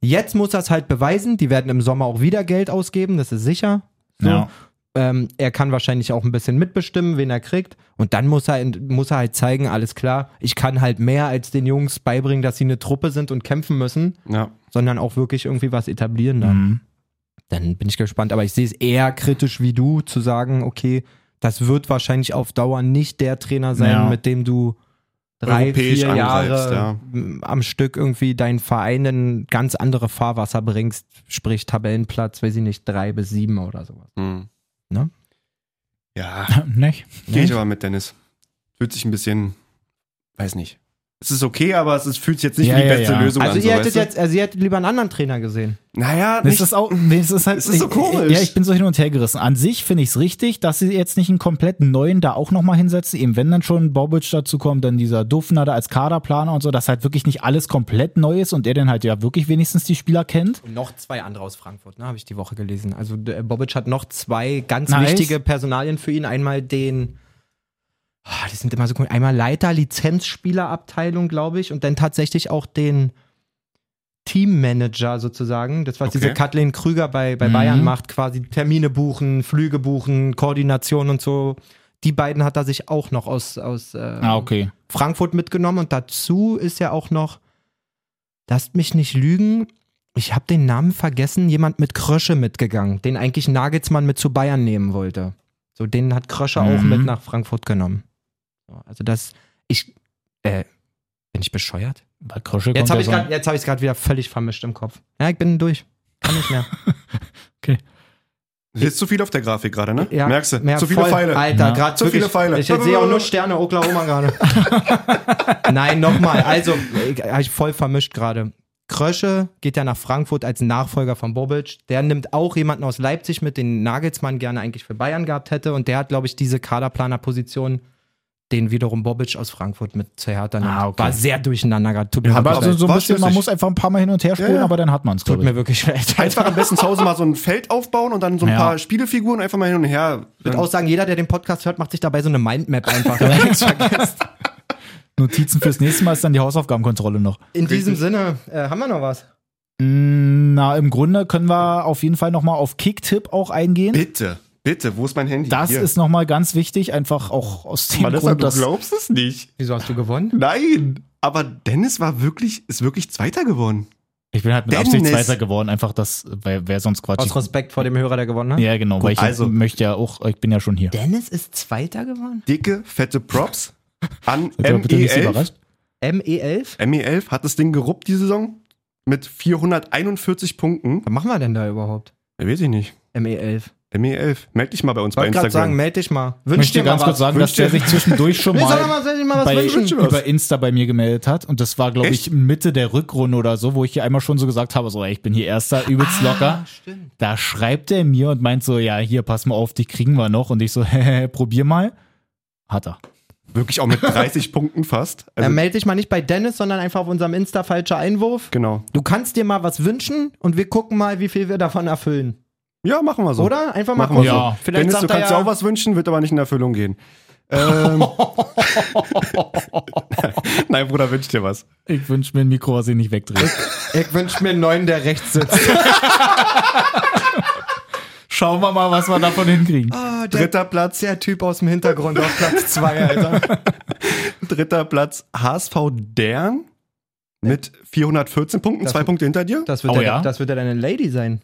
S1: jetzt muss er es halt beweisen. Die werden im Sommer auch wieder Geld ausgeben, das ist sicher. So.
S2: Ja.
S1: Ähm, er kann wahrscheinlich auch ein bisschen mitbestimmen, wen er kriegt. Und dann muss er, muss er halt zeigen, alles klar, ich kann halt mehr als den Jungs beibringen, dass sie eine Truppe sind und kämpfen müssen,
S3: Ja.
S1: sondern auch wirklich irgendwie was etablieren
S3: Mhm.
S1: dann.
S2: Mhm.
S1: Dann bin ich gespannt. Aber ich sehe es eher kritisch wie du, zu sagen, okay, das wird wahrscheinlich auf Dauer nicht der Trainer sein,
S2: Ja.
S1: mit dem du drei,
S3: Europäisch
S1: vier
S3: angreifst,
S1: Jahre
S3: ja.
S1: m, am Stück irgendwie deinen Verein in ganz andere Fahrwasser bringst, sprich Tabellenplatz, weiß ich nicht, drei bis sieben oder sowas.
S3: Hm.
S1: Ne?
S3: Ja,
S2: nicht?
S3: gehe ich aber mit Dennis. Fühlt sich ein bisschen, weiß nicht. Es ist okay, aber es ist, fühlt sich jetzt nicht
S2: Ja,
S3: wie die
S2: ja,
S3: beste
S2: ja.
S3: Lösung
S1: Also
S3: an.
S1: ihr
S3: so,
S1: hättet
S3: weißt du?
S1: jetzt, also ihr hättet lieber einen anderen Trainer gesehen.
S3: Naja,
S2: Das
S3: nicht,
S2: ist auch, das ist halt,
S3: Es ist so
S2: ich-
S3: komisch.
S2: Ja, ich bin so hin und her gerissen. An sich finde ich es richtig, dass sie jetzt nicht einen komplett neuen da auch nochmal hinsetzen. Eben wenn dann schon Bobic dazu kommt, dann dieser Dufner da als Kaderplaner und so, dass halt wirklich nicht alles komplett neu ist und er dann halt ja wirklich wenigstens die Spieler kennt.
S1: Und noch zwei andere aus Frankfurt, ne, habe ich die Woche gelesen. Also der Bobic hat noch zwei ganz
S2: Nice.
S1: wichtige Personalien für ihn. Einmal den, Ah, die sind immer so cool, einmal Leiter Lizenzspielerabteilung, glaube ich, und dann tatsächlich auch den Teammanager sozusagen. Das, was
S3: Okay.
S1: diese Kathleen Krüger bei, bei
S2: Mhm.
S1: Bayern macht, quasi Termine buchen, Flüge buchen, Koordination und so. Die beiden hat er sich auch noch aus, aus äh,
S2: Ah, okay.
S1: Frankfurt mitgenommen und dazu ist ja auch noch, lasst mich nicht lügen, ich habe den Namen vergessen, jemand mit Krösche mitgegangen, den eigentlich Nagelsmann mit zu Bayern nehmen wollte. So, den hat Krösche auch
S2: Mhm.
S1: mit nach Frankfurt genommen. So, Also das, ich, äh, bin ich bescheuert?
S2: Bei Krösche
S1: Jetzt
S2: kommt
S1: habe
S2: ja
S1: ich
S2: so ein-
S1: gerade jetzt habe ich gerade wieder völlig vermischt im Kopf. Ja, ich bin durch. Kann nicht mehr.
S3: ist zu viel auf der Grafik gerade, ne?
S1: Ja,
S3: Merkst du?
S1: mehr
S3: zu viele
S1: voll.
S3: Pfeile.
S1: Alter,
S2: Ja.
S1: gerade
S3: Zu viele Pfeile.
S1: Ich sehe auch nur Sterne Oklahoma gerade. Nein, nochmal. Also, ich- hab ich voll vermischt gerade. Krösche geht ja nach Frankfurt als Nachfolger von Bobic. Der nimmt auch jemanden aus Leipzig mit, den Nagelsmann gerne eigentlich für Bayern gehabt hätte. Und der hat, glaube ich, diese Kaderplanerposition den wiederum Bobic aus Frankfurt mit zu Hertha nimmt.
S2: Ah, okay.
S1: War sehr durcheinander gerade. Tut, mir
S3: Ja,
S1: wirklich
S2: Aber
S1: leid.
S2: so, so ein
S3: War
S2: bisschen, man
S3: schlüssig.
S2: muss einfach ein paar Mal hin und her spulen,
S3: Ja, ja.
S2: aber dann hat man es,
S1: tut mir wirklich leid.
S3: Einfach am besten zu Hause mal so ein Feld aufbauen und dann so ein
S2: Ja.
S3: paar Spielefiguren einfach mal hin und her.
S1: Ich würde auch sagen, jeder, der den Podcast hört, macht sich dabei so eine Mindmap einfach.
S2: Notizen fürs nächste Mal ist dann die Hausaufgabenkontrolle noch.
S1: In diesem Sinne, äh, haben wir noch was?
S2: Na, im Grunde können wir auf jeden Fall nochmal auf Kicktipp auch eingehen.
S3: Bitte, bitte, wo ist mein Handy?
S2: Das
S3: Hier.
S2: ist nochmal ganz wichtig, einfach auch aus dem
S3: Vanessa,
S2: Grund,
S3: du
S2: dass
S3: glaubst es nicht.
S1: Wieso hast du gewonnen?
S3: Nein, aber Dennis war wirklich, ist wirklich Zweiter geworden.
S2: ich bin halt mit
S3: Dennis.
S2: Absicht Zweiter geworden, einfach das, weil wer sonst Quatsch.
S1: Aus Respekt vor dem Hörer, der gewonnen hat.
S2: Ja, genau, weil ich
S3: also-
S2: möchte ja auch, ich bin ja schon hier.
S1: Dennis ist Zweiter geworden?
S3: Dicke, fette Props an E
S2: Seid ihr bitte nicht
S1: E
S2: so
S3: ME11.
S2: überrascht?
S1: ME11?
S3: ME11 E hat das Ding geruppt die Saison mit 441 Punkten.
S1: Was machen wir denn da überhaupt?
S3: Ja, weiß ich nicht.
S1: ME11.
S3: ME11, E meld dich mal bei uns
S1: Ich wollte
S3: bei
S1: gerade sagen,
S3: Instagram.
S1: melde dich mal.
S2: Ich
S1: Wünsch
S2: möchte
S1: dir mal
S2: ganz kurz
S1: was.
S2: sagen, dass
S3: Wünsch dir-
S2: der sich zwischendurch schon
S1: Nee, sag doch
S2: mal
S1: mal, soll ich mal was
S2: bei,
S1: wünschen?
S3: dir was.
S2: über Insta bei mir gemeldet hat. Und das war, glaube ich,
S3: Echt?
S2: Mitte der Rückrunde oder so, wo ich hier einmal schon so gesagt habe, so, ey, ich bin hier Erster,
S3: Ah.
S2: übelst locker.
S1: Ah, stimmt.
S2: Da schreibt er mir und meint so, ja, hier, pass mal auf, die kriegen wir noch. Und ich so, hä, probier mal. Hat er.
S3: Wirklich auch mit 30 Punkten fast. Also,
S1: Dann melde Äh, dich mal nicht bei Dennis, sondern einfach auf unserem Insta falscher Einwurf.
S3: genau.
S1: Du kannst dir mal was wünschen und wir gucken mal, wie viel wir davon erfüllen.
S3: Ja, machen wir so.
S1: Oder? Einfach mal
S3: Machen wir
S1: gucken.
S2: so. Ja.
S1: Vielleicht
S3: Dennis,
S1: sagt
S3: du
S1: er
S3: kannst
S1: ja,
S3: ja auch was wünschen, wird aber nicht in Erfüllung gehen. Ähm, Nein, Bruder, wünsch dir was.
S2: Ich wünsche mir ein Mikro, was ich nicht wegdrehe.
S1: Ich wünsche mir einen neuen, der rechts sitzt.
S2: Schauen wir mal, was wir davon hinkriegen.
S1: Ah, der,
S3: Dritter Platz,
S1: der Typ aus dem Hintergrund auf Platz 2, Alter.
S3: dritter Platz, HSV Dern mit 414 Punkten,
S1: Das-
S3: zwei Punkte hinter dir.
S1: Das wird,
S2: Oh
S1: ja,
S2: ja?
S1: das wird ja deine Lady sein.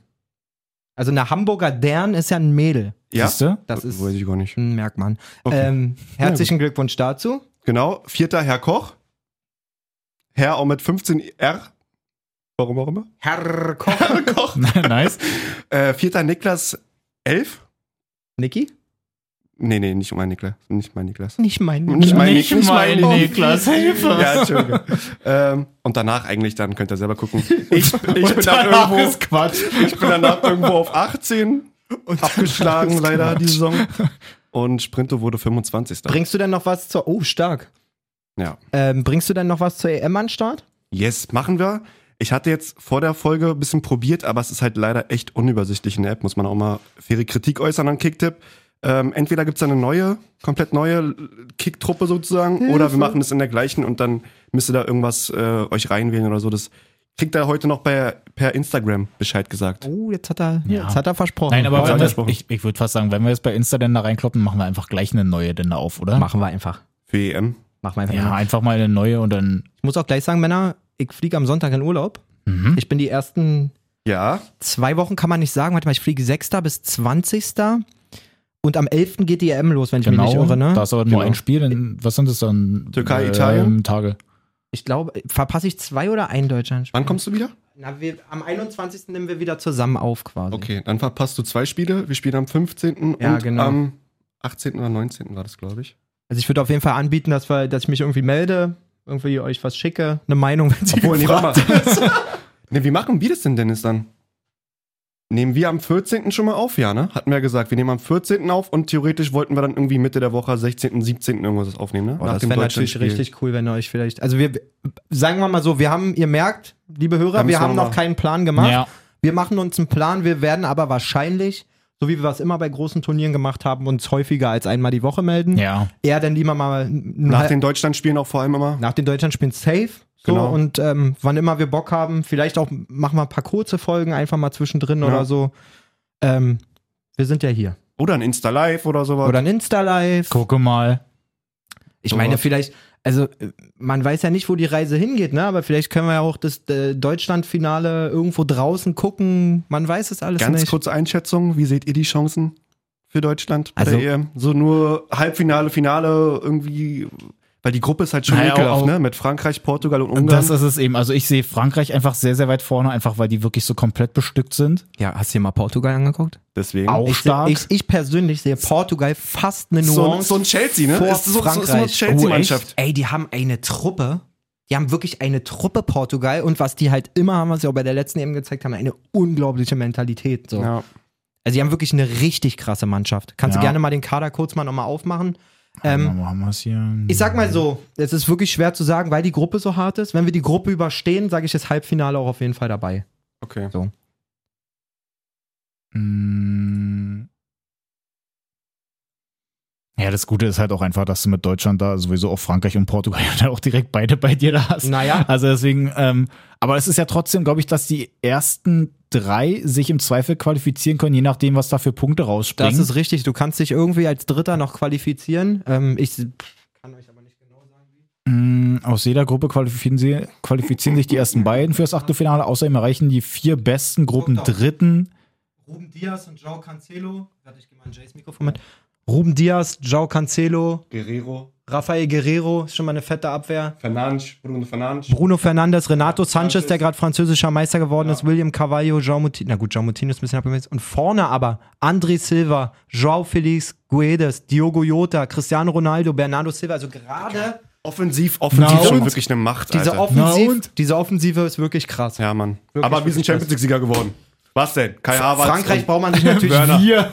S1: Also eine Hamburger Dern ist ja ein Mädel.
S3: ja,
S2: Siehst du?
S1: Das ist
S3: weiß ich gar nicht.
S1: ein Merkmal.
S3: Okay.
S1: Ähm, herzlichen Glückwunsch dazu.
S3: Genau, vierter Herr Koch. Herr auch mit 15 R. Warum auch immer.
S1: Herr Koch.
S3: Koch.
S2: nice.
S3: Äh, vierter Niklas 11.
S1: Niki?
S3: Nee, nee, nicht mein Niklas. Nicht mein Niklas.
S1: Nicht mein
S3: Nicht mein Nicht nicht mein mein
S2: Niklas, Hilfe.
S3: Ja, Entschuldigung. ähm, und danach eigentlich, dann könnt ihr selber gucken. Ich, ich, bin, dann
S2: danach
S3: irgendwo,
S2: ist Quatsch.
S3: ich bin danach irgendwo auf 18 abgeschlagen, leider, die Saison. Und Sprinto wurde 25.
S1: Bringst du denn noch was zur. Oh, stark.
S3: Ja.
S1: Ähm, bringst du denn noch was zur EM an den Start?
S3: Yes, machen wir. Ich hatte jetzt vor der Folge ein bisschen probiert, aber es ist halt leider echt unübersichtlich in der App. Muss man auch mal faire Kritik äußern an Kicktipp. Ähm, entweder gibt es eine neue, komplett neue Kicktruppe sozusagen, oder wir machen es in der gleichen und dann müsst ihr da irgendwas äh, euch reinwählen oder so. Das kriegt ihr heute noch per, per Instagram Bescheid gesagt.
S1: Oh, jetzt hat er,
S2: Ja.
S1: jetzt hat er versprochen.
S2: Nein, aber
S3: Ja,
S2: wenn wir's-
S3: angesprochen.
S2: ich, ich würde fast sagen, wenn wir jetzt bei Insta denn da reinkloppen, machen wir einfach gleich eine neue denn da auf, oder?
S1: Machen wir einfach.
S3: Für E EM.
S1: Machen wir einfach.
S2: Ja,
S1: mal.
S2: einfach mal eine neue und dann.
S1: Ich muss auch gleich sagen, Männer, ich fliege am Sonntag in Urlaub.
S2: Mhm.
S1: Ich bin die ersten
S3: Ja,
S1: zwei Wochen, kann man nicht sagen. Warte mal, ich fliege 6. bis 20. Und am 11. geht die EM los, wenn ich mich nicht irre, ne?
S2: Da ist aber nur
S3: Genau.
S2: ein Spiel. Denn, was sind das dann? Äh,
S3: Türkei, Italien?
S2: Tage.
S1: Ich glaube, verpasse ich zwei oder ein Deutschlandspiel?
S3: wann kommst du wieder?
S1: Na, wir, am 21. nehmen wir wieder zusammen auf quasi.
S3: Okay, dann verpasst du zwei Spiele. Wir spielen am 15.
S1: Ja,
S3: und
S1: genau.
S3: am 18. oder 19. war das, glaube ich.
S1: Also ich würde auf jeden Fall anbieten, dass, wir, dass ich mich irgendwie melde, irgendwie euch was schicke, eine Meinung, wenn sie
S3: Obwohl, Oh, nee,
S1: gefragt
S3: warte mal. nee, wie machen wir das denn, Dennis, dann? Nehmen wir am 14. schon mal auf, ja, ne? Hatten wir ja gesagt, wir nehmen am 14. auf und theoretisch wollten wir dann irgendwie Mitte der Woche, 16., 17. irgendwas aufnehmen, ne?
S1: Oh, das wäre natürlich
S3: Deutschlandspiel.
S1: richtig cool, wenn ihr euch vielleicht. Also wir sagen wir mal so, wir haben, ihr merkt, liebe Hörer,
S3: Haben
S1: wir
S3: es
S1: haben
S3: noch
S1: noch
S3: mal-
S1: keinen Plan gemacht.
S2: Ja,
S1: Wir machen uns einen Plan, wir werden aber wahrscheinlich, so wie wir es immer bei großen Turnieren gemacht haben, uns häufiger als einmal die Woche melden.
S2: ja.
S1: Eher dann lieber mal ne-
S3: Nach den Deutschlandspielen auch vor allem immer.
S1: nach den Deutschlandspielen safe. So,
S3: Genau.
S1: Und ähm, wann immer wir Bock haben, vielleicht auch machen wir ein paar kurze Folgen einfach mal zwischendrin
S3: Ja.
S1: oder so. Ähm, wir sind ja hier.
S3: Oder ein Insta-Live oder sowas.
S1: Oder ein Insta-Live.
S2: Gucke mal.
S1: Ich meine,
S3: Sowas.
S1: vielleicht, also äh, man weiß ja nicht, wo die Reise hingeht, ne? Aber vielleicht können wir ja auch das äh, Deutschlandfinale irgendwo draußen gucken. Man weiß es alles
S3: Ganz
S1: nicht.
S3: kurze Einschätzung, wie seht ihr die Chancen für Deutschland bei
S1: Also-
S3: der EM? So nur Halbfinale, Finale irgendwie, weil die Gruppe ist halt schon
S2: Naja,
S3: ekelhaft,
S2: auch-
S3: ne? Mit Frankreich, Portugal und Ungarn.
S2: Das ist es eben. Also ich sehe Frankreich einfach sehr, sehr weit vorne, einfach weil die wirklich so komplett bestückt sind.
S1: Ja, hast du dir mal Portugal angeguckt?
S3: Deswegen.
S2: Auch
S1: Ich,
S2: stark.
S1: ich, ich persönlich sehe Portugal fast eine
S3: so,
S1: Nuance.
S3: so ein Chelsea, ne?
S1: vor
S3: Ist so, so, so eine
S1: Frankreich. Oh,
S3: Chelsea-Mannschaft.
S1: Ey, die haben eine Truppe. Die haben wirklich eine Truppe Portugal und was die halt immer haben, was sie auch bei der letzten EM gezeigt haben, eine unglaubliche Mentalität. So.
S3: Ja.
S1: Also die haben wirklich eine richtig krasse Mannschaft. Kannst
S2: Ja.
S1: du gerne mal den Kader kurz mal nochmal aufmachen. Ähm,
S2: Genau, Wo haben wir es hier?
S1: ich sag mal so, es ist wirklich schwer zu sagen, weil die Gruppe so hart ist. Wenn wir die Gruppe überstehen, sage ich das Halbfinale auch auf jeden Fall dabei.
S3: Okay.
S2: Mm. Ja, das Gute ist halt auch einfach, dass du mit Deutschland da sowieso auch Frankreich und Portugal dann auch direkt beide bei dir da hast.
S1: Naja.
S2: Also deswegen, ähm, aber es ist ja trotzdem, glaube ich, dass die ersten drei sich im Zweifel qualifizieren können, je nachdem, was da für Punkte rausspringen.
S1: Das ist richtig. Du kannst dich irgendwie als Dritter noch qualifizieren. Ähm, ich kann euch aber nicht genau sagen, wie.
S2: Mm, Aus jeder Gruppe qualifizieren, sie, qualifizieren sich die ersten beiden fürs Achtelfinale, außerdem erreichen die vier besten Gruppen
S1: Guck doch.
S2: Dritten.
S1: Ruben Diaz und João Cancelo. Warte, ich gehe mal in Jays Mikrofon mit. Ruben Diaz, João Cancelo,
S3: Guerrero,
S1: Rafael Guerrero, ist schon mal eine fette Abwehr.
S3: Fernandes, Bruno Fernandes.
S1: Bruno Fernandes, Renato Sanchez, der gerade französischer Meister geworden ist, William Carvalho, Jean Moutinho, na gut, Jean Moutinho ist ein bisschen abgemeldet. Und vorne aber André Silva, João Felix Guedes, Diogo Jota, Cristiano Ronaldo, Bernardo Silva, also gerade
S3: Offensiv, offensiv
S2: Na
S3: schon
S2: und?
S3: wirklich eine Macht,
S1: diese,
S3: Alter.
S2: Na
S1: Offensiv,
S2: und?
S1: diese Offensive ist wirklich krass.
S3: Ja, Mann. Aber wir
S1: wirklich
S3: sind Champions League-Sieger geworden. Was denn? Kai Havertz.
S1: Frankreich
S3: und-
S1: braucht man sich natürlich
S3: Werner.
S2: Vier.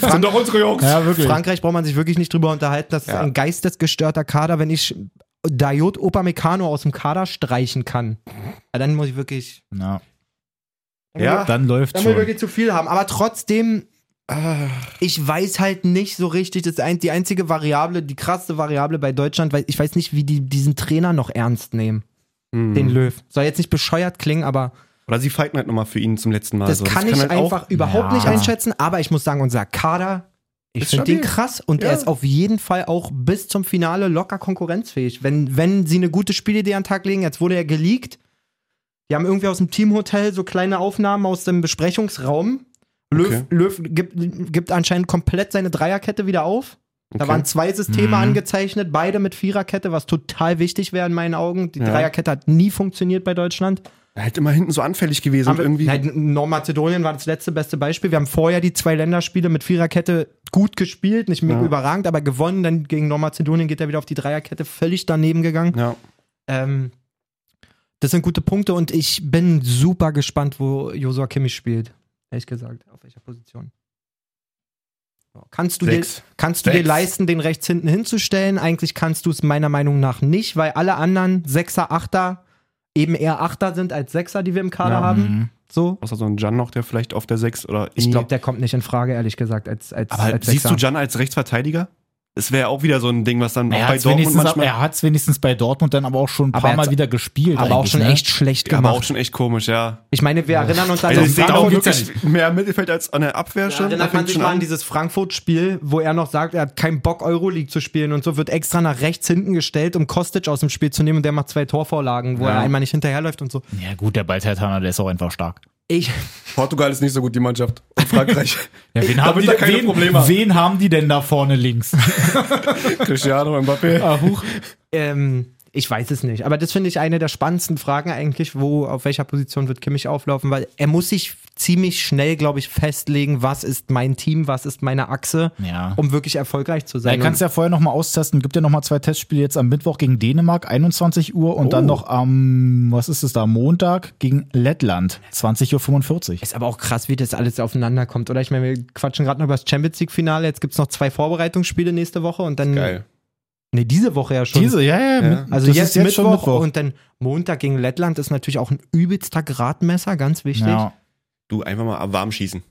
S3: Das sind doch unsere Jungs.
S2: Ja, wirklich.
S1: Frankreich braucht man sich wirklich nicht drüber unterhalten. Das ist
S3: Ja.
S1: ein geistesgestörter Kader. Wenn ich Dayot Upamecano aus dem Kader streichen kann, ja, dann muss ich wirklich,
S2: Na,
S3: Ja,
S2: dann läuft
S1: dann muss ich
S2: schon.
S1: wirklich zu viel haben. Aber trotzdem, äh, ich weiß halt nicht so richtig. Das ist ein, die einzige Variable, die krasse Variable bei Deutschland, weil ich weiß nicht, wie die diesen Trainer noch ernst nehmen. Den
S3: Mhm.
S1: Löw. Soll jetzt nicht bescheuert klingen, aber
S3: Hm. Oder sie fighten halt nochmal für ihn zum letzten Mal.
S1: das
S3: so.
S1: kann ich
S3: halt auch-
S1: einfach überhaupt
S2: Ja.
S1: nicht einschätzen. Aber ich muss sagen, unser Kader, ich
S3: Ist
S1: finde den
S3: stabil.
S1: krass und
S3: Ja.
S1: er ist auf jeden Fall auch bis zum Finale locker konkurrenzfähig. Wenn, wenn sie eine gute Spielidee an den Tag legen, jetzt wurde er geleakt. Die haben irgendwie aus dem Teamhotel so kleine Aufnahmen aus dem Besprechungsraum. Löw,
S3: Okay.
S1: Löw gibt, gibt anscheinend komplett seine Dreierkette wieder auf. Da
S3: Okay.
S1: waren zwei Systeme
S2: Mhm.
S1: angezeichnet, beide mit Viererkette, was total wichtig wäre in meinen Augen. Die
S3: Ja.
S1: Dreierkette hat nie funktioniert bei Deutschland.
S3: halt immer hinten so anfällig gewesen.
S1: Haben
S3: Und
S1: wir-
S3: irgendwie
S1: Nein, Nordmazedonien war das letzte beste Beispiel. Wir haben vorher die zwei Länderspiele mit Viererkette gut gespielt, nicht
S3: Ja.
S1: überragend, aber gewonnen. Dann gegen Nordmazedonien geht er wieder auf die Dreierkette, völlig daneben gegangen.
S3: ja.
S1: Ähm, das sind gute Punkte und ich bin super gespannt, wo Josua Kimmich spielt. Ehrlich gesagt, auf welcher Position. So, Kannst du, dir,
S3: Sechs.
S1: kannst du
S3: Sechs.
S1: dir leisten, den rechts hinten hinzustellen? Eigentlich kannst du es meiner Meinung nach nicht, weil alle anderen Sechser, Achter eben eher Achter sind als Sechser, die wir im Kader
S3: Ja.
S1: haben.
S2: Mhm.
S1: So,
S3: Außer so ein Jan noch, der vielleicht auf der 6 oder.
S1: ich
S3: Nee.
S1: glaube, der kommt nicht in Frage, ehrlich gesagt, als, als,
S3: Aber
S1: als
S3: siehst du
S1: Sechser.
S3: Jan als Rechtsverteidiger? Das wäre auch wieder so ein Ding, was dann
S2: Er
S3: auch bei
S2: hat
S3: Dortmund manchmal.
S2: es wenigstens bei Dortmund dann aber auch schon ein
S1: Aber
S2: paar
S1: er hat's-
S2: Mal wieder gespielt.
S1: aber auch
S2: eigentlich,
S1: schon
S2: ne?
S1: echt schlecht
S3: Ja, aber
S1: gemacht.
S3: auch schon echt komisch, ja.
S1: ich meine, wir erinnern uns an
S3: Also
S1: das
S3: ich sehe da auch
S1: Frankfurt-
S3: wirklich mehr Mittelfeld als an der Abwehr
S1: Ja,
S3: schon. Da
S1: Erinnert man
S3: fängt
S1: sich
S3: schon
S1: mal an
S3: an.
S1: dieses Frankfurt-Spiel, wo er noch sagt, er hat keinen Bock, Euroleague zu spielen und so wird extra nach rechts hinten gestellt, um Kostic aus dem Spiel zu nehmen und der macht zwei Torvorlagen, wo er einmal nicht hinterherläuft und so.
S2: Ja, gut, der Balteitaner, der ist auch einfach stark.
S1: Ich,
S3: Portugal ist nicht so gut, die Mannschaft. Und Frankreich.
S2: Ja, wen,
S3: Damit
S2: haben die,
S3: er
S2: denn-
S3: keine
S2: wen,
S3: Probleme hat.
S2: wen haben die denn da vorne links?
S3: Cristiano Mbappé.
S2: Ah, huch.
S1: ähm, ich weiß es nicht, aber das finde ich eine der spannendsten Fragen eigentlich, wo, auf welcher Position wird Kimmich auflaufen, weil er muss sich ziemlich schnell, glaube ich, festlegen, was ist mein Team, was ist meine Achse,
S2: Ja.
S1: um wirklich erfolgreich zu
S2: Ja,
S1: sein.
S2: ihr kannst ja vorher nochmal austesten. Gibt ja nochmal zwei Testspiele jetzt am Mittwoch gegen Dänemark, 21 Uhr, und
S1: Oh.
S2: dann noch am, was ist es da, Montag gegen Lettland, 20.45 Uhr.
S1: Ist aber auch krass, wie das alles aufeinander kommt, oder? Ich meine, wir quatschen gerade noch über das Champions League-Finale. Jetzt gibt es noch zwei Vorbereitungsspiele nächste Woche und dann.
S3: Geil.
S1: Nee, diese Woche ja schon.
S2: ja, ja. mit-
S1: also
S2: das
S1: jetzt,
S2: ist jetzt
S1: Mittwoch,
S2: schon Mittwoch.
S1: und dann Montag gegen Lettland ist natürlich auch ein übelster Gradmesser, ganz wichtig.
S2: ja.
S3: Du einfach mal warm schießen.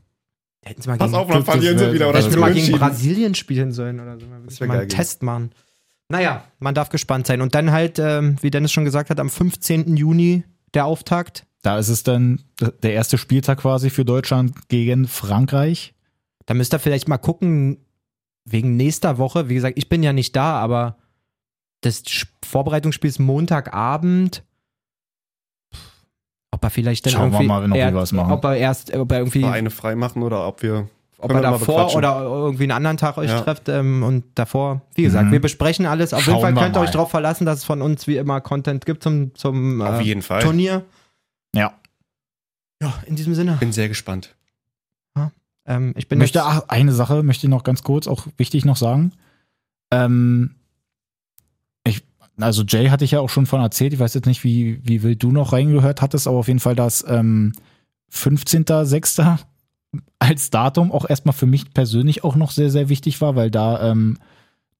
S1: Hätten sie mal
S3: Pass
S1: gegen,
S3: auf, dann verlieren
S2: das
S3: sie wieder.
S2: wär-
S3: Oder
S1: hätten
S2: das
S1: sie
S3: das
S2: wär
S1: mal gegen
S3: unentschieden.
S1: Brasilien spielen sollen oder so. Mal
S3: wär
S1: mal
S3: geil
S1: einen
S3: gewesen.
S1: Test machen. Naja, man darf gespannt sein. Und dann halt, ähm, wie Dennis schon gesagt hat, am 15. Juni der Auftakt.
S2: Da ist es dann d- der erste Spieltag quasi für Deutschland gegen Frankreich.
S1: Da müsst ihr vielleicht mal gucken, wegen nächster Woche. Wie gesagt, ich bin ja nicht da, aber das Sch- Vorbereitungsspiel ist Montagabend. Pff, Ob er vielleicht dann
S2: Schauen wir
S1: irgendwie
S2: mal, wenn noch
S1: er-
S2: wir was machen.
S1: Ob er erst, ob er irgendwie,
S3: Vereine freimachen oder ob wir.
S1: ob er
S3: können wir mal
S1: davor
S3: bequatschen.
S1: oder irgendwie einen anderen Tag euch
S3: Ja.
S1: trefft ähm, und davor, wie gesagt,
S2: Mhm.
S1: wir besprechen alles. Auf jeden
S2: Schauen
S1: Fall
S2: wir
S1: könnt ihr
S2: mal.
S1: euch darauf verlassen, dass es von uns wie immer Content gibt zum, zum
S3: Auf
S1: äh,
S3: jeden Fall.
S1: Turnier.
S2: Ja.
S1: Ja, in diesem Sinne.
S3: Bin sehr gespannt.
S1: Ähm, ich bin
S2: möchte,
S1: jetzt-
S2: ach, eine Sache möchte ich noch ganz kurz, auch wichtig noch sagen. Ähm, ich, also Jay hatte ich ja auch schon von erzählt, ich weiß jetzt nicht, wie, wie wild du noch reingehört hattest, aber auf jeden Fall das ähm, 15.06. als Datum auch erstmal für mich persönlich auch noch sehr, sehr wichtig war, weil da ähm,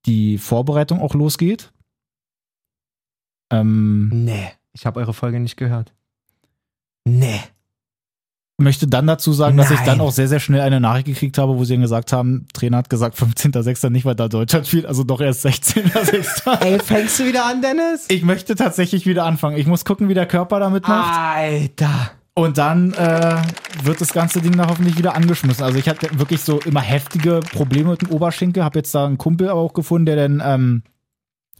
S2: die Vorbereitung auch losgeht. Ähm,
S1: Nee, ich habe eure Folge nicht gehört. Nee.
S2: möchte dann dazu sagen, dass ich
S1: Nein.
S2: dann auch sehr, sehr schnell eine Nachricht gekriegt habe, wo sie dann gesagt haben, Trainer hat gesagt 15.06. nicht, weil da Deutschland spielt, also doch erst 16.06.
S1: Ey, fängst du wieder an, Dennis?
S2: ich möchte tatsächlich wieder anfangen. Ich muss gucken, wie der Körper damit
S1: Ah.
S2: macht.
S1: Alter.
S2: Und dann äh, wird das ganze Ding da hoffentlich wieder angeschmissen. Also ich hatte wirklich so immer heftige Probleme mit dem Oberschenkel. Habe jetzt da einen Kumpel aber auch gefunden, der dann ähm,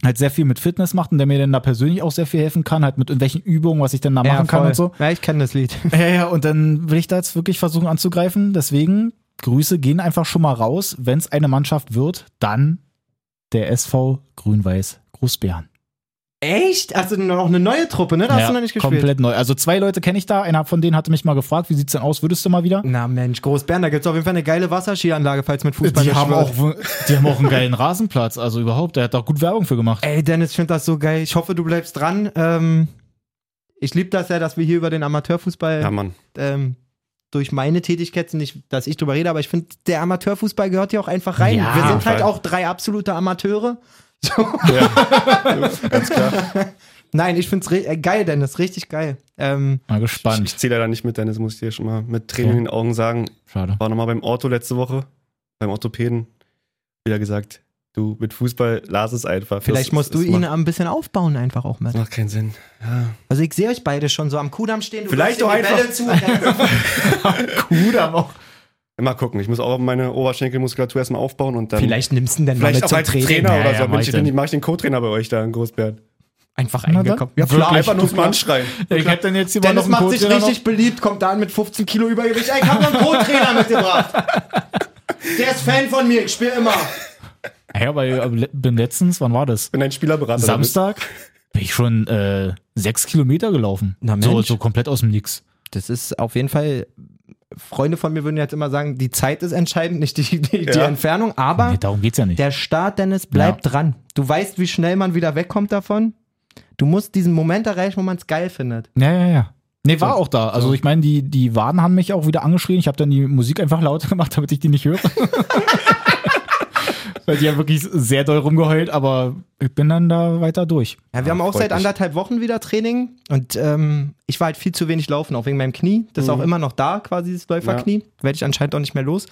S2: halt sehr viel mit Fitness macht und der mir dann da persönlich auch sehr viel helfen kann, halt mit irgendwelchen Übungen, was ich dann da machen kann
S1: voll.
S2: und so.
S1: Ja, ich kenne das Lied.
S2: Ja, ja, und dann will ich da jetzt wirklich versuchen anzugreifen. Deswegen, Grüße gehen einfach schon mal raus. Wenn es eine Mannschaft wird, dann der SV Grün-Weiß Großbären.
S1: Echt? Also noch eine neue Truppe, ne? Da hast du noch nicht gespielt.
S2: Komplett neu. Also zwei Leute kenne ich da. Einer von denen hatte mich mal gefragt, wie sieht's denn aus? Würdest du mal wieder?
S1: Na Mensch, Großbern, da gibt's auf jeden Fall eine geile Wasserskianlage, falls mit Fußball
S2: Die
S1: nicht
S2: haben,
S1: wird.
S2: auch, die haben auch einen geilen Rasenplatz, also überhaupt. Der hat auch gut Werbung für gemacht.
S1: Ey, Dennis, ich finde das so geil. Ich hoffe, du bleibst dran. Ähm, ich liebe das ja, dass wir hier über den Amateurfußball
S3: Ja, Mann.
S1: ähm, durch meine Tätigkeit, nicht, dass ich drüber rede, aber ich finde, der Amateurfußball gehört hier auch einfach rein.
S2: Ja,
S1: wir
S3: auf
S1: sind halt
S3: jeden Fall.
S1: auch drei absolute Amateure.
S3: Ganz klar.
S1: Nein, ich finde es äh, geil, Dennis, richtig geil. Ähm,
S2: Mal
S3: Ich
S2: gespannt.
S3: zähle leider nicht mit, Dennis, muss ich dir schon mal mit Tränen in den Augen sagen.
S2: Schade.
S3: War nochmal beim Ortho letzte Woche, beim Orthopäden. Wieder gesagt, du mit Fußball, las es einfach.
S1: vielleicht
S3: Das-
S1: musst
S3: das
S1: du ihn
S3: Macht,
S1: ein bisschen aufbauen, einfach auch mit.
S3: das macht keinen Sinn. Ja.
S1: Also, ich sehe euch beide schon so am Kudamm stehen. Du
S3: Vielleicht
S1: wirfst ihm
S3: doch
S1: die Bälle zu. Dennis.
S2: Gut, aber auch.
S3: Mal gucken, ich muss auch meine Oberschenkelmuskulatur erstmal aufbauen und dann.
S1: vielleicht nimmst du ihn dann mal
S3: Vielleicht
S1: mit
S3: auch
S1: zum
S3: als
S1: Training.
S3: Trainer
S2: Ja,
S3: oder
S2: ja,
S3: so.
S2: mach
S3: Bin
S2: ich
S3: ich
S2: dann.
S3: den, mach ich den Co-Trainer bei euch da in Großbären.
S1: Einfach
S2: Na dann.
S1: eingekommen. Ja,
S2: Wirklich.
S1: klar.
S3: Einfach nur mal anschreien.
S2: Ich hab dann jetzt hier mal
S1: Dennis
S2: noch einen
S1: macht sich
S2: Co-Trainer
S1: richtig beliebt, kommt da an mit 15 Kilo Übergewicht. Ey, ich hab noch einen Co-Trainer mitgebracht. Der ist Fan von mir, ich spiele immer.
S2: noch. Ja, aber äh, bin letztens, wann war das?
S3: Wenn ein Spielerberater.
S1: Also-
S3: da bist.
S2: Samstag bin ich schon äh, sechs Kilometer gelaufen.
S1: Na
S2: so,
S1: Mensch.
S2: so komplett aus dem Nix.
S1: Das ist auf jeden Fall, Freunde von mir würden jetzt immer sagen, die Zeit ist entscheidend, nicht die, die, die
S3: Ja.
S1: Entfernung, aber
S2: Nee, darum geht's ja nicht.
S1: der Start, Dennis, bleibt dran. Du weißt, wie schnell man wieder wegkommt davon. Du musst diesen Moment erreichen, wo man es geil findet.
S2: Ja, ja, ja. Nee, war auch da. Also ich meine, die, die Waden haben mich auch wieder angeschrien. Ich habe dann die Musik einfach lauter gemacht, damit ich die nicht höre. Weil die haben wirklich sehr doll rumgeheult, aber ich bin dann da weiter durch.
S1: Ja, wir haben auch
S3: freut
S1: seit
S3: mich.
S1: anderthalb Wochen wieder Training und ähm, ich war halt viel zu wenig laufen, auch wegen meinem Knie. Das
S3: Mhm.
S1: ist auch immer noch da, quasi das Läuferknie. Werde ich anscheinend auch nicht mehr los.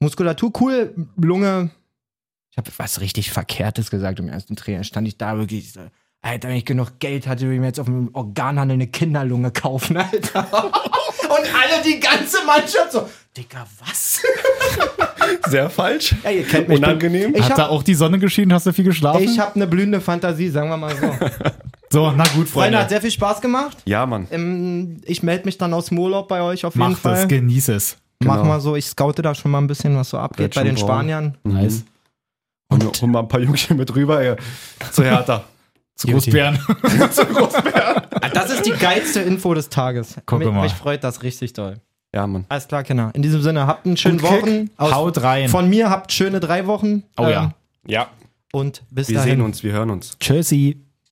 S1: Muskulatur cool, Lunge. Ich habe was richtig Verkehrtes gesagt im ersten Training. Stand ich da wirklich. ich so, Alter, wenn ich genug Geld hatte, würde ich mir jetzt auf dem Organhandel eine Kinderlunge kaufen, Alter. Und alle, die ganze Mannschaft so, Dicker, was?
S3: Sehr falsch.
S1: Ja, ihr kennt mich.
S3: Unangenehm.
S1: Ich
S2: Hat da
S1: habe
S2: auch die Sonne geschienen? Hast du viel geschlafen?
S1: ich hab eine blühende Fantasie, sagen wir mal so.
S2: so, na
S1: Freunde,
S2: gut, Freunde.
S1: hat sehr viel Spaß gemacht.
S3: Ja, Mann.
S1: Ähm, ich melde mich dann aus dem Urlaub bei euch auf jeden
S2: Macht genau.
S1: Fall.
S2: es, genieß es.
S1: Mach mal so, ich scoute da schon mal ein bisschen, was so abgeht
S3: Wird
S1: bei
S3: schon
S1: den
S3: braun.
S1: Spaniern.
S2: Nice.
S3: Hol mir- hol mal ein paar Jungchen mit rüber. Ja. Zu Hertha.
S2: Zu Großbären.
S1: Ah, Das ist die geilste Info des Tages.
S2: Guck
S1: mich,
S2: mal.
S1: mich freut das richtig doll.
S3: Ja, Mann.
S1: Alles klar, Kinder. In diesem Sinne, habt einen schönen
S3: Guten Kick.
S1: Wochen. Aus-
S2: Haut rein.
S1: Von mir habt schöne drei Wochen.
S2: Oh ja.
S1: Ähm,
S3: Ja.
S1: Und bis
S3: Wir
S1: dahin.
S3: sehen uns, wir hören uns.
S2: Tschüssi.